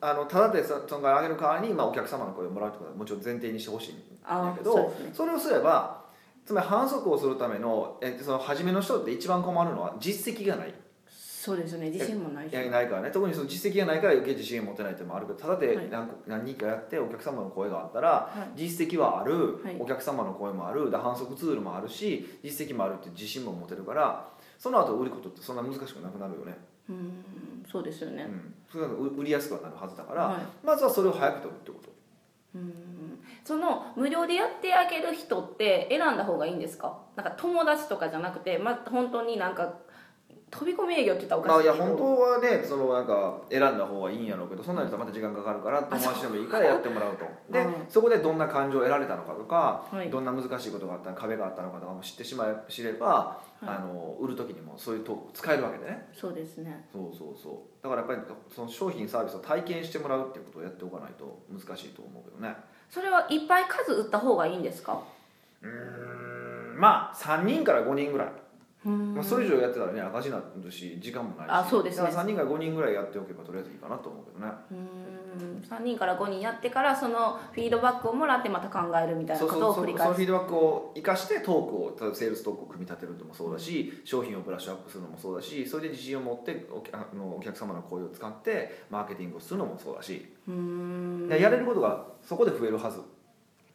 [SPEAKER 1] あのただでさ損害を上げる代わりに、まあ、お客様の声をもらうってことはもちろん前提にしてほしいん
[SPEAKER 2] あー
[SPEAKER 1] だけど
[SPEAKER 2] そう
[SPEAKER 1] そ
[SPEAKER 2] ですね
[SPEAKER 1] れをすればつまり反則をするためのえその初めの人って一番困るのは実績がない
[SPEAKER 2] そうですよね自信もない
[SPEAKER 1] い
[SPEAKER 2] し
[SPEAKER 1] やないからね特にその実績がないから余計自信持てないっていうのもあるけどただで
[SPEAKER 2] はい
[SPEAKER 1] 何,、何人かやってお客様の声があったら、
[SPEAKER 2] はい
[SPEAKER 1] 実績はある、
[SPEAKER 2] はい
[SPEAKER 1] お客様の声もあるで反則ツールもあるし実績もあるって自信も持てるからその後売ることってそんな難しくなくなるよね、
[SPEAKER 2] うーんそうですよ
[SPEAKER 1] う
[SPEAKER 2] ね
[SPEAKER 1] ん、それが売売りやすくはなるはずだから、
[SPEAKER 2] は
[SPEAKER 1] まずはそれを早く取るってこと
[SPEAKER 2] いうーんその無料でやってあげる人って選んだ方がいいんですかなんか友達とかじゃなくてま本当になんか飛び込み営業って言ったらお
[SPEAKER 1] ま
[SPEAKER 2] か
[SPEAKER 1] あ、
[SPEAKER 2] し
[SPEAKER 1] い
[SPEAKER 2] い
[SPEAKER 1] や
[SPEAKER 2] けど
[SPEAKER 1] 本当はねそのなんか選んだ方がいいんやろうけどそんなにまた時間かかるから友達でもいいからやってもらうとで、
[SPEAKER 2] うん
[SPEAKER 1] そこでどんな感情を得られたのかとか、
[SPEAKER 2] はい
[SPEAKER 1] どんな難しいことがあったのか壁があったのかとかも知ってしまえ知れば、あの売る時にもそういうトークを使えるわけでね
[SPEAKER 2] そうですね
[SPEAKER 1] そうそうそうだからやっぱりその商品サービスを体験してもらうっていうことをやっておかないと難しいと思うけどね
[SPEAKER 2] それはいっぱい数売った方がいいんですか
[SPEAKER 1] うーんまあ3人から5人ぐらい、
[SPEAKER 2] うーん
[SPEAKER 1] まあ、それ以上やってたらね赤字になるし時間もないし
[SPEAKER 2] あそうですね
[SPEAKER 1] だから3人から5人ぐらいやっておけばとりあえずいいかなと思うけどね
[SPEAKER 2] うーん3人から5人やってからそのフィードバックをもらってまた考えるみたいな
[SPEAKER 1] そう
[SPEAKER 2] こ
[SPEAKER 1] そう
[SPEAKER 2] とを
[SPEAKER 1] そ
[SPEAKER 2] 繰
[SPEAKER 1] う
[SPEAKER 2] り
[SPEAKER 1] そ
[SPEAKER 2] 返
[SPEAKER 1] の
[SPEAKER 2] す
[SPEAKER 1] フィードバックを生かしてトークを例えばセールストークを組み立てるのもそうだし、商品をブラッシュアップするのもそうだしそれで自信を持ってお客あのお客様の声を使ってマーケティングをするのもそうだし、
[SPEAKER 2] うーん
[SPEAKER 1] でやれることがそこで増えるはず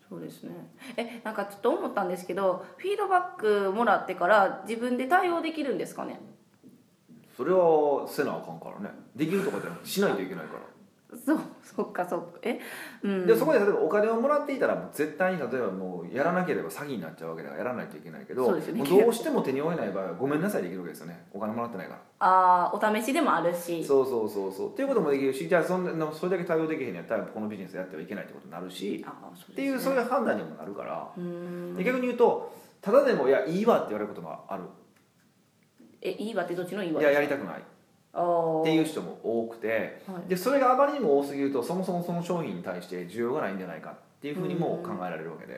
[SPEAKER 2] そうですねえなんかちょっと思ったんですけどフィードバックもらってから自分で対応できるんですかね
[SPEAKER 1] それはせなあかんからねできるとかじゃなくてしないといけないから、
[SPEAKER 2] そうそっかそっかえうん
[SPEAKER 1] でそこで例えばお金をもらっていたらもう絶対に例えばもうやらなければ詐欺になっちゃうわけだからやらないといけないけど
[SPEAKER 2] そうですよね
[SPEAKER 1] もうどうしても手に負えない場合はごめんなさいできるわけですよねお金もらってないから
[SPEAKER 2] あーお試しでもあるし
[SPEAKER 1] そうそうそうそうっていうこともできるしじゃあそんなそれだけ対応できへんやったらこのビジネスやってはいけないってことになるし
[SPEAKER 2] あー
[SPEAKER 1] っ
[SPEAKER 2] そう
[SPEAKER 1] て
[SPEAKER 2] で
[SPEAKER 1] い
[SPEAKER 2] すね
[SPEAKER 1] うそういう判断にもなるから、
[SPEAKER 2] うーん
[SPEAKER 1] で逆に言うとただでも「いやいいわ」って言われることもある
[SPEAKER 2] えいいわってどっちのい
[SPEAKER 1] 「
[SPEAKER 2] いわ
[SPEAKER 1] いややりたくない」
[SPEAKER 2] あー
[SPEAKER 1] っていう人も多くて
[SPEAKER 2] はい
[SPEAKER 1] でそれがあまりにも多すぎるとそもそもその商品に対して需要がないんじゃないかっていうふうにも考えられるわけで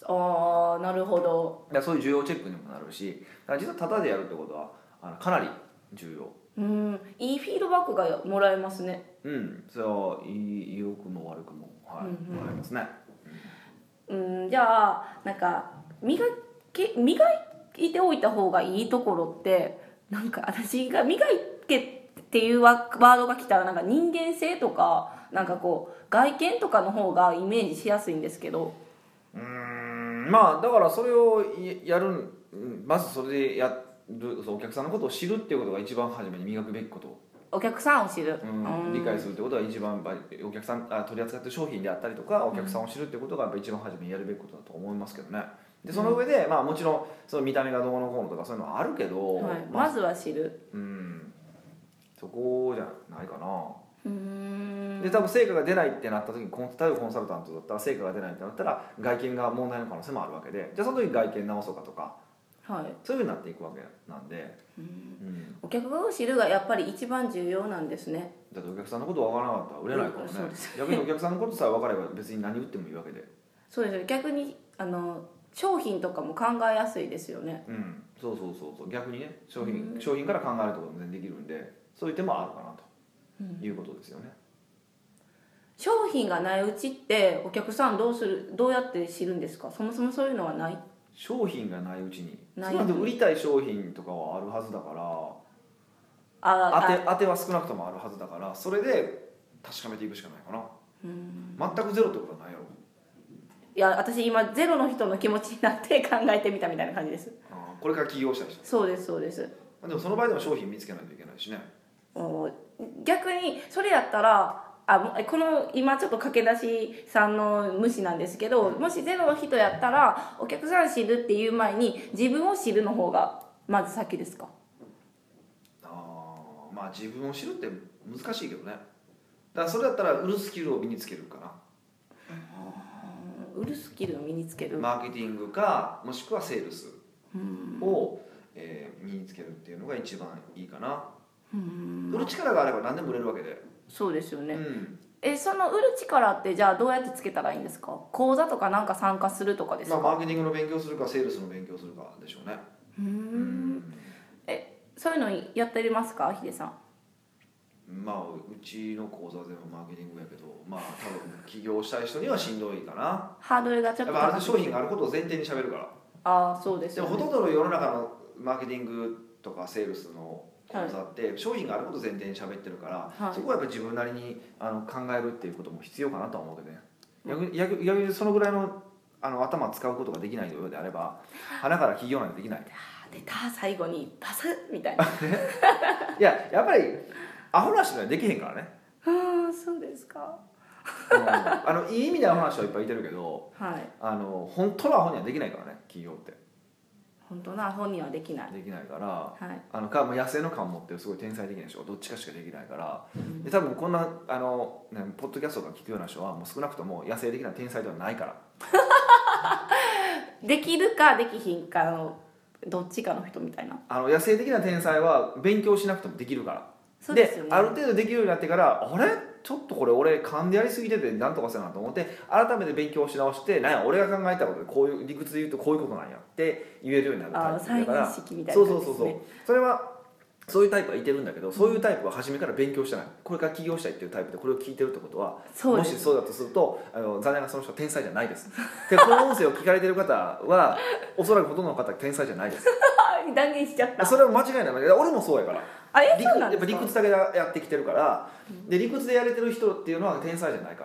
[SPEAKER 1] だか
[SPEAKER 2] あーなるほど
[SPEAKER 1] らそういう需要チェックにもなるしだから実はタダでやるってことはあのかなり重要
[SPEAKER 2] うんいいフィードバックがもらえますね
[SPEAKER 1] うんそれはいい良くも悪くもはい、
[SPEAKER 2] うんうん
[SPEAKER 1] もらえますね
[SPEAKER 2] うんじゃあなんか磨け磨いておいた方がいいところってなんか私が磨けっていうワワードが来たらなんか人間性とかなんかこう外見とかの方がイメージしやすいんですけど
[SPEAKER 1] うーんまあだからそれをややるんうんまずそれでやるそのお客さんのことを知るっていうことが一番初めに磨くべきこと
[SPEAKER 2] お客さんを知る、
[SPEAKER 1] うん
[SPEAKER 2] うん
[SPEAKER 1] 理解するってことは一番ばお客さんあ取り扱ってる商品であったりとかお客さんを知るってことがやっぱ一番初めにやるべきことだと思いますけどねでその上で、まあ、もちろんその見た目がどうのこうのとかそういうのはあるけど、
[SPEAKER 2] はい、
[SPEAKER 1] まあ
[SPEAKER 2] まずは知る
[SPEAKER 1] うん、そこじゃないかな、
[SPEAKER 2] うーん
[SPEAKER 1] で多分成果が出ないってなった時にコン例えばコンサルタントだったら成果が出ないってなったら外見が問題の可能性もあるわけでじゃあその時に外見直そうかとか
[SPEAKER 2] はい
[SPEAKER 1] そういうふうになっていくわけなんで、うん、
[SPEAKER 2] お客さんを知るがやっぱり一番重要なんですね
[SPEAKER 1] だってお客さんのこと分からなかったら売れないからね
[SPEAKER 2] そうです
[SPEAKER 1] 逆にお客さんのことさえ分かれば別に何売ってもいいわけで
[SPEAKER 2] そうですよね逆にあの商品とかも考えやすいですよね
[SPEAKER 1] うん、そうそうそうそう逆にね商品、
[SPEAKER 2] うん
[SPEAKER 1] 商品から考えるとことも全然できるんでそういう手もあるかなということですよね、
[SPEAKER 2] 商品がないうちってお客さんどうするどうやって知るんですかそもそもそういうのはない
[SPEAKER 1] 商品がないうちに
[SPEAKER 2] ない
[SPEAKER 1] そうなんで売りたい商品とかはあるはずだから
[SPEAKER 2] あ
[SPEAKER 1] 当て当ては少なくともあるはずだからそれで確かめていくしかないかな全くゼロってことはないやろ
[SPEAKER 2] いや私今ゼロの人の気持ちになって考えてみたみたいな感じです
[SPEAKER 1] あーこれから起業したりし
[SPEAKER 2] そうですそうです
[SPEAKER 1] たでもその場合でも商品見つけないといけないしね
[SPEAKER 2] お逆にそれやったらあもこの今ちょっと駆け出しさんの無視なんですけど、もしゼロの人やったらお客さん知るっていう前に自分を知るの方がまず先ですか
[SPEAKER 1] あーまあ自分を知るって難しいけどねだからそれだったら売るスキルを身につけるかな
[SPEAKER 2] 売るスキルを身につける、
[SPEAKER 1] マーケティングかもしくはセールス
[SPEAKER 2] うん
[SPEAKER 1] を、えー身につけるっていうのが一番いいかな、
[SPEAKER 2] うん
[SPEAKER 1] 売る力があれば何でも売れるわけで、
[SPEAKER 2] そうですよね、
[SPEAKER 1] うん
[SPEAKER 2] えその売る力ってじゃあどうやってつけたらいいんですか講座とかなんか参加するとかです
[SPEAKER 1] ま
[SPEAKER 2] か、
[SPEAKER 1] あ、マーケティングの勉強するかセールスの勉強するかでしょうね
[SPEAKER 2] う
[SPEAKER 1] うんん
[SPEAKER 2] そういうのやってますかヒデさん
[SPEAKER 1] まあうちの講座は全部マーケティングやけどまあ多分起業したい人にはしんどいかな
[SPEAKER 2] ハードルがち
[SPEAKER 1] や
[SPEAKER 2] ょ
[SPEAKER 1] っ
[SPEAKER 2] っと
[SPEAKER 1] ぱあ
[SPEAKER 2] 高
[SPEAKER 1] る
[SPEAKER 2] い
[SPEAKER 1] 商品があることを前提にしゃべるから
[SPEAKER 2] ああそうです
[SPEAKER 1] で
[SPEAKER 2] よ
[SPEAKER 1] も
[SPEAKER 2] ね
[SPEAKER 1] ほとんどの世の中のマーケティングとかセールスの講座って商品があることを前提に喋ってるから、
[SPEAKER 2] はい
[SPEAKER 1] そこはやっぱり自分なりにあの考えるっていうことも必要かなとは思うけどね逆に逆逆にそのぐらいのあの頭使うことができないようであれば花から起業なんてできない
[SPEAKER 2] あ出た最後にパスみたいなあ
[SPEAKER 1] いややっぱりアホな人にはできへん からね
[SPEAKER 2] あそうですか
[SPEAKER 1] うんあのいい意味でアホな人はいっぱいいてるけど
[SPEAKER 2] はい
[SPEAKER 1] あの本当のアホにはできないからね起業って
[SPEAKER 2] 本当な本人はできない
[SPEAKER 1] できないから
[SPEAKER 2] はい
[SPEAKER 1] あのかもう野生の勘持ってるすごい天才的な人がどっちかしかできないから、で多分こんなあの、ね、ポッドキャストが聞くような人はもう少なくとも野生的な天才ではないから
[SPEAKER 2] できるかできひんかのどっちかの人みたいな
[SPEAKER 1] あの野生的な天才は勉強しなくてもできるから
[SPEAKER 2] そうですよね
[SPEAKER 1] ある程度できるようになってからあれちょっとこれ俺勘でやりすぎててなんとかせなと思って改めて勉強し直してなんや俺が考えたことでこういう理屈で言うとこういうことなんやって言えるようになるタイプだから
[SPEAKER 2] あー再認識みたい
[SPEAKER 1] そ
[SPEAKER 2] な
[SPEAKER 1] う
[SPEAKER 2] 感
[SPEAKER 1] そ
[SPEAKER 2] じ
[SPEAKER 1] うそ
[SPEAKER 2] ですね
[SPEAKER 1] うそうそれはそういうタイプはいてるんだけどそういうタイプは初めから勉強してないこれから起業したいっていうタイプでこれを聞いてるってことは
[SPEAKER 2] そう
[SPEAKER 1] も
[SPEAKER 2] で
[SPEAKER 1] し
[SPEAKER 2] す
[SPEAKER 1] そうだとするとあの残念ながらその人は天才じゃないですでこの音声を聞かれてる方はおそらくほとんどの方は天才じゃないです
[SPEAKER 2] あ断言しちゃった
[SPEAKER 1] それは間違いない俺もそうやから
[SPEAKER 2] あえ
[SPEAKER 1] 理
[SPEAKER 2] そ
[SPEAKER 1] 屈
[SPEAKER 2] うな
[SPEAKER 1] や
[SPEAKER 2] ん
[SPEAKER 1] っ
[SPEAKER 2] で
[SPEAKER 1] ぱ
[SPEAKER 2] すか
[SPEAKER 1] 理屈だけでやってきてるから、で理屈でやれてる人っていうのは天才じゃないか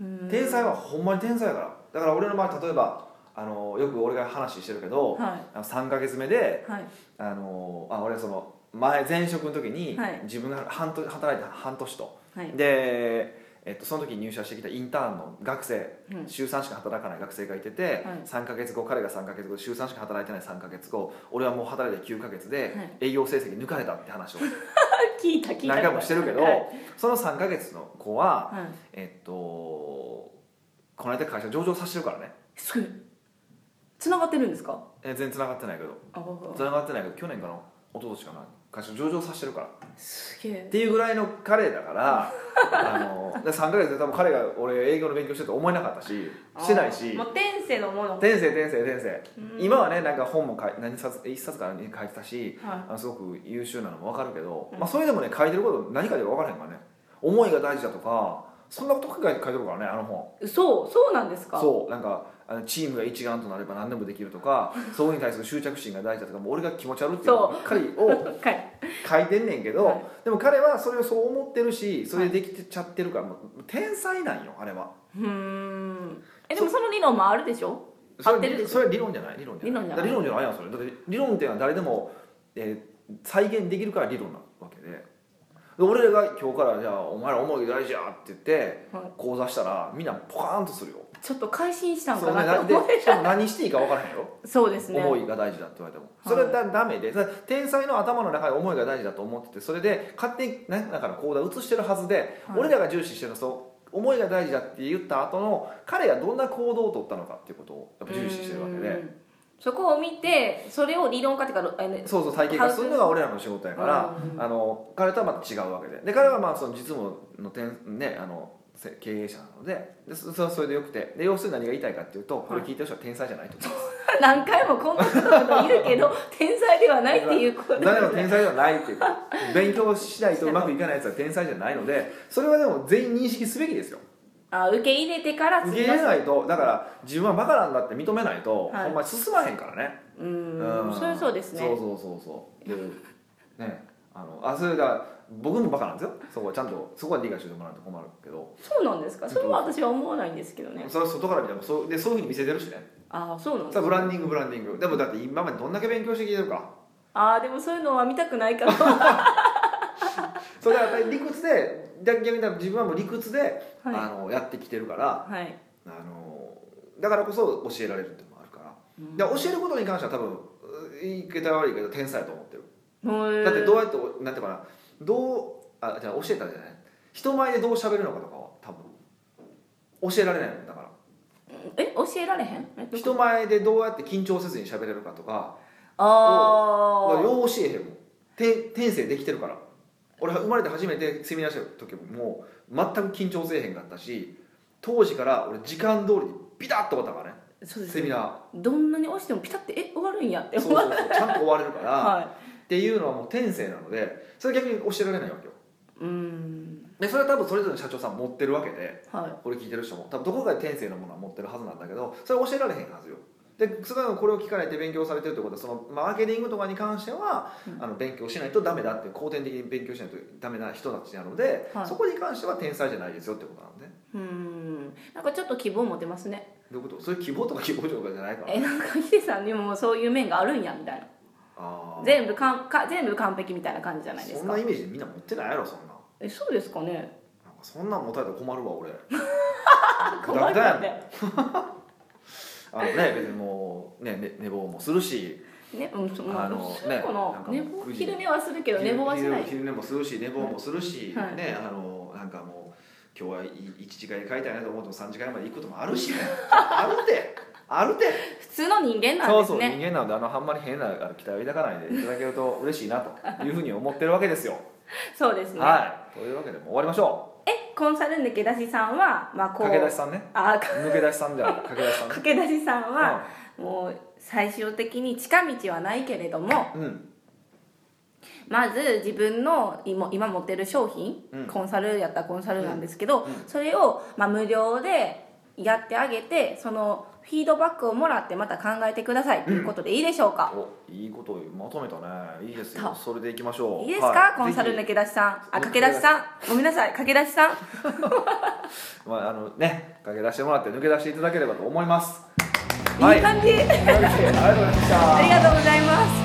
[SPEAKER 1] ら、天才はほんまに天才やからだから俺の場合例えばあのよく俺が話してるけど、
[SPEAKER 2] はい
[SPEAKER 1] あの3か月目で
[SPEAKER 2] はい
[SPEAKER 1] あのあ俺その前前職の時に、
[SPEAKER 2] はい
[SPEAKER 1] 自分が半年働いて半年と、
[SPEAKER 2] はい
[SPEAKER 1] で、えっと、その時に入社してきたインターンの学生、
[SPEAKER 2] うん
[SPEAKER 1] 週3しか働かない学生がいてて、3か月後彼が3か月後週3しか働いてない3か月後俺はもう働いて9か月で
[SPEAKER 2] はい
[SPEAKER 1] 営業成績抜かれたって話を
[SPEAKER 2] 聞いた聞いた
[SPEAKER 1] 何回もしてるけど、
[SPEAKER 2] はい
[SPEAKER 1] その3か月の子は、
[SPEAKER 2] はい
[SPEAKER 1] えっとこの間会社上場させてるからね
[SPEAKER 2] すごい繋がってるんですか
[SPEAKER 1] え全然繋がってないけど
[SPEAKER 2] あ
[SPEAKER 1] 繋がってないけど去年かな一昨年かな会社上場させてるから
[SPEAKER 2] すげえ
[SPEAKER 1] っていうぐらいの彼だから あので3か月で多分彼が俺営業の勉強してると思えなかったししてないし
[SPEAKER 2] もう天性のもの
[SPEAKER 1] 天性天性天性今はねなんか本もかい何冊1冊から2書いてたし、
[SPEAKER 2] は
[SPEAKER 1] あのすごく優秀なのも分かるけど、
[SPEAKER 2] うん
[SPEAKER 1] まあ、それでもね書いてること何かで分からへんからね思いが大事だとかそんなこと書いてるからねあの本
[SPEAKER 2] そうそうなんですか
[SPEAKER 1] そうなんかあのチームが一丸となれば何でもできるとかそこに対する執着心が大事だとかもう俺が気持ち悪いっていうばっかりを
[SPEAKER 2] はい
[SPEAKER 1] 書いてんねんけど、
[SPEAKER 2] はい
[SPEAKER 1] でも彼はそれをそう思ってるしそれでできてちゃってるから、もう天才なんよあれは
[SPEAKER 2] うーんえでもその理論もあるでしょ
[SPEAKER 1] それ
[SPEAKER 2] 合ってるでしょ
[SPEAKER 1] それは理論じゃない理論じゃない
[SPEAKER 2] 理論じゃない
[SPEAKER 1] だから理論じゃないやんそれだって理論っていうのは誰でも、えー再現できるから理論なわけでで俺らが今日からじゃあお前ら思い大事やって言って
[SPEAKER 2] はい
[SPEAKER 1] 講座したらみんなポカーンとするよ
[SPEAKER 2] ちょっと改心したん
[SPEAKER 1] そ
[SPEAKER 2] か
[SPEAKER 1] うね
[SPEAKER 2] なって
[SPEAKER 1] で
[SPEAKER 2] 思って
[SPEAKER 1] しかも何していいか分からへんよ
[SPEAKER 2] そうですね
[SPEAKER 1] 思いが大事だって言われても
[SPEAKER 2] は
[SPEAKER 1] そ
[SPEAKER 2] い
[SPEAKER 1] れだダメでそれ天才の頭の中で思いが大事だと思っててそれで勝手に何だから講座移してるはずで、
[SPEAKER 2] はい
[SPEAKER 1] 俺らが重視してるのはそう思いが大事だって言った後の彼がどんな行動を取ったのかっていうことをやっぱ重視してるわけ
[SPEAKER 2] う
[SPEAKER 1] で
[SPEAKER 2] んそこを見てそれを理論化っていうかあれ
[SPEAKER 1] そうそう体系化するのが俺らの仕事やから、
[SPEAKER 2] うん
[SPEAKER 1] あの彼とはまた違うわけでで彼はまあその実務の点ねあのせ経営者なのででそそれはそれでよくてで要するに何が言いたいかっていうとこれ聞いてる人は天才じゃないと思う
[SPEAKER 2] 何回もコンパクトなこと言うけど 天才ではないっていうこと
[SPEAKER 1] 誰も天才ではないっていうか勉強しないとうまくいかないやつは天才じゃないのでそれはでも全員認識すべきですよ
[SPEAKER 2] あ受け入れてから
[SPEAKER 1] 受
[SPEAKER 2] 次
[SPEAKER 1] け入れないとだから自分はバカなんだって認めないと、
[SPEAKER 2] はい
[SPEAKER 1] ほんまに進まへんからね
[SPEAKER 2] うーんそれはそうですね
[SPEAKER 1] そうそうそうそうでねあのあそれが僕もバカなんですよそこはちゃんとそこは理解してもらわないと困るけど
[SPEAKER 2] そうなんですかそれは私は思わないんですけどね
[SPEAKER 1] それは外から見てもそうでそういうふうに見せてるしね
[SPEAKER 2] ああそうなんで
[SPEAKER 1] さあ
[SPEAKER 2] す
[SPEAKER 1] ブ
[SPEAKER 2] か
[SPEAKER 1] ランディングブランディングでもだって今までどんだけ勉強してきてるか
[SPEAKER 2] ああでもそういうのは見たくないから
[SPEAKER 1] それはやっぱり理屈で逆に言うと自分はもう理屈で、
[SPEAKER 2] はい
[SPEAKER 1] あのやってきてるから
[SPEAKER 2] はい
[SPEAKER 1] あのだからこそ教えられるっていうのもあるから、
[SPEAKER 2] うん
[SPEAKER 1] で教えることに関しては多分言い方悪いけど天才だと思ってる、だ
[SPEAKER 2] だ
[SPEAKER 1] ってどうやってなんていうかなどうあじゃあ教えたんじゃない人前でどう喋るのかとかは多分教えられないもんだから
[SPEAKER 2] え教えられへんえどこ
[SPEAKER 1] 人前でどうやって緊張せずに喋れるかとかだから
[SPEAKER 2] あ
[SPEAKER 1] よう教えへんもんて天性できてるから俺は生まれて初めてセミナーした時も全く緊張せえへんかったし当時から俺時間通りにビタッと終わったからね
[SPEAKER 2] あそうです
[SPEAKER 1] セ
[SPEAKER 2] ね
[SPEAKER 1] ミナー
[SPEAKER 2] どんなに押してもピタってえ終わるんやって
[SPEAKER 1] そうそうそうちゃんと終われるから、
[SPEAKER 2] は
[SPEAKER 1] っていうのはもう天性なのでそれ逆に教えられないわけよ
[SPEAKER 2] いうーん
[SPEAKER 1] でそれは多分それぞれの社長さん持ってるわけで
[SPEAKER 2] は
[SPEAKER 1] これ聞いてる人も多分どこかで天性のものは持ってるはずなんだけどそれは教えられへんはずよでそれはこれを聞かれて勉強されてるってことはそのマーケティングとかに関しては、
[SPEAKER 2] うん
[SPEAKER 1] あの勉強しないとダメだって後天的に勉強しないとダメな人たちなので、
[SPEAKER 2] はい
[SPEAKER 1] そこに関しては天才じゃないですよってことなので
[SPEAKER 2] いうーんなんかちょっと希望持てますね
[SPEAKER 1] どういうことそれ希望とか希望とかじゃないから
[SPEAKER 2] えなんかヒデさんにもそういう面があるんやみたいな
[SPEAKER 1] あー
[SPEAKER 2] 全部かんか全部完璧みたいな感じじゃないです
[SPEAKER 1] そん
[SPEAKER 2] か
[SPEAKER 1] なイメージみんな持ってないやろそんな
[SPEAKER 2] えそうですかね
[SPEAKER 1] なんかそんなん持たれたら困るわ 俺
[SPEAKER 2] 困る
[SPEAKER 1] や
[SPEAKER 2] よ
[SPEAKER 1] ん
[SPEAKER 2] ね
[SPEAKER 1] あのね別にもうねね寝坊もするし
[SPEAKER 2] ねうんそうま
[SPEAKER 1] あ
[SPEAKER 2] あ
[SPEAKER 1] の
[SPEAKER 2] そうか
[SPEAKER 1] ねなん
[SPEAKER 2] な
[SPEAKER 1] か
[SPEAKER 2] 寝坊
[SPEAKER 1] 9時
[SPEAKER 2] 昼寝はするけど寝坊はしない
[SPEAKER 1] 昼昼寝もするし寝坊もするし、
[SPEAKER 2] はい
[SPEAKER 1] ねあのなんかもう今日はい1時間で帰りたいなと思っても3時間まで行くこともあるし、 ね、あるてあるて
[SPEAKER 2] 普通の人間なん
[SPEAKER 1] そ
[SPEAKER 2] で
[SPEAKER 1] うそ
[SPEAKER 2] す
[SPEAKER 1] う人
[SPEAKER 2] ね
[SPEAKER 1] 間なのであのあんまり変なあの期待を抱かないでいただけると嬉しいなというふうに思ってるわけですよ
[SPEAKER 2] そうですね
[SPEAKER 1] はいというわけでもう終わりましょ
[SPEAKER 2] えコンサル抜け出しさんはまあ
[SPEAKER 1] う
[SPEAKER 2] こう
[SPEAKER 1] 駆け出しさんね
[SPEAKER 2] あか
[SPEAKER 1] 抜け出しさんじ ゃなくて駆け出しさんね
[SPEAKER 2] 駆け出しさんは、もう最終的に近道はないけれども
[SPEAKER 1] うんうん
[SPEAKER 2] まず自分の今今持ってる商品、
[SPEAKER 1] うん
[SPEAKER 2] コンサルやったらコンサルなんですけ
[SPEAKER 1] う
[SPEAKER 2] ど、
[SPEAKER 1] んうん
[SPEAKER 2] それをまあ無料でやってあげてそのフィードバックをもらってまた考えてくださいということでいいでしょうか、
[SPEAKER 1] おいいことをまとめたねいいです
[SPEAKER 2] やっ
[SPEAKER 1] よ
[SPEAKER 2] た
[SPEAKER 1] それでいきましょう
[SPEAKER 2] いいですか、
[SPEAKER 1] はい
[SPEAKER 2] コンサル
[SPEAKER 1] ぜ
[SPEAKER 2] 抜
[SPEAKER 1] ひ
[SPEAKER 2] け出しさんあ駆け出しさんごめんなさい駆け出しさん
[SPEAKER 1] まああのね駆け出してもらって抜け出していただければと思います
[SPEAKER 2] いい感じ、
[SPEAKER 1] というわけでありがとうございました
[SPEAKER 2] ありがとうございます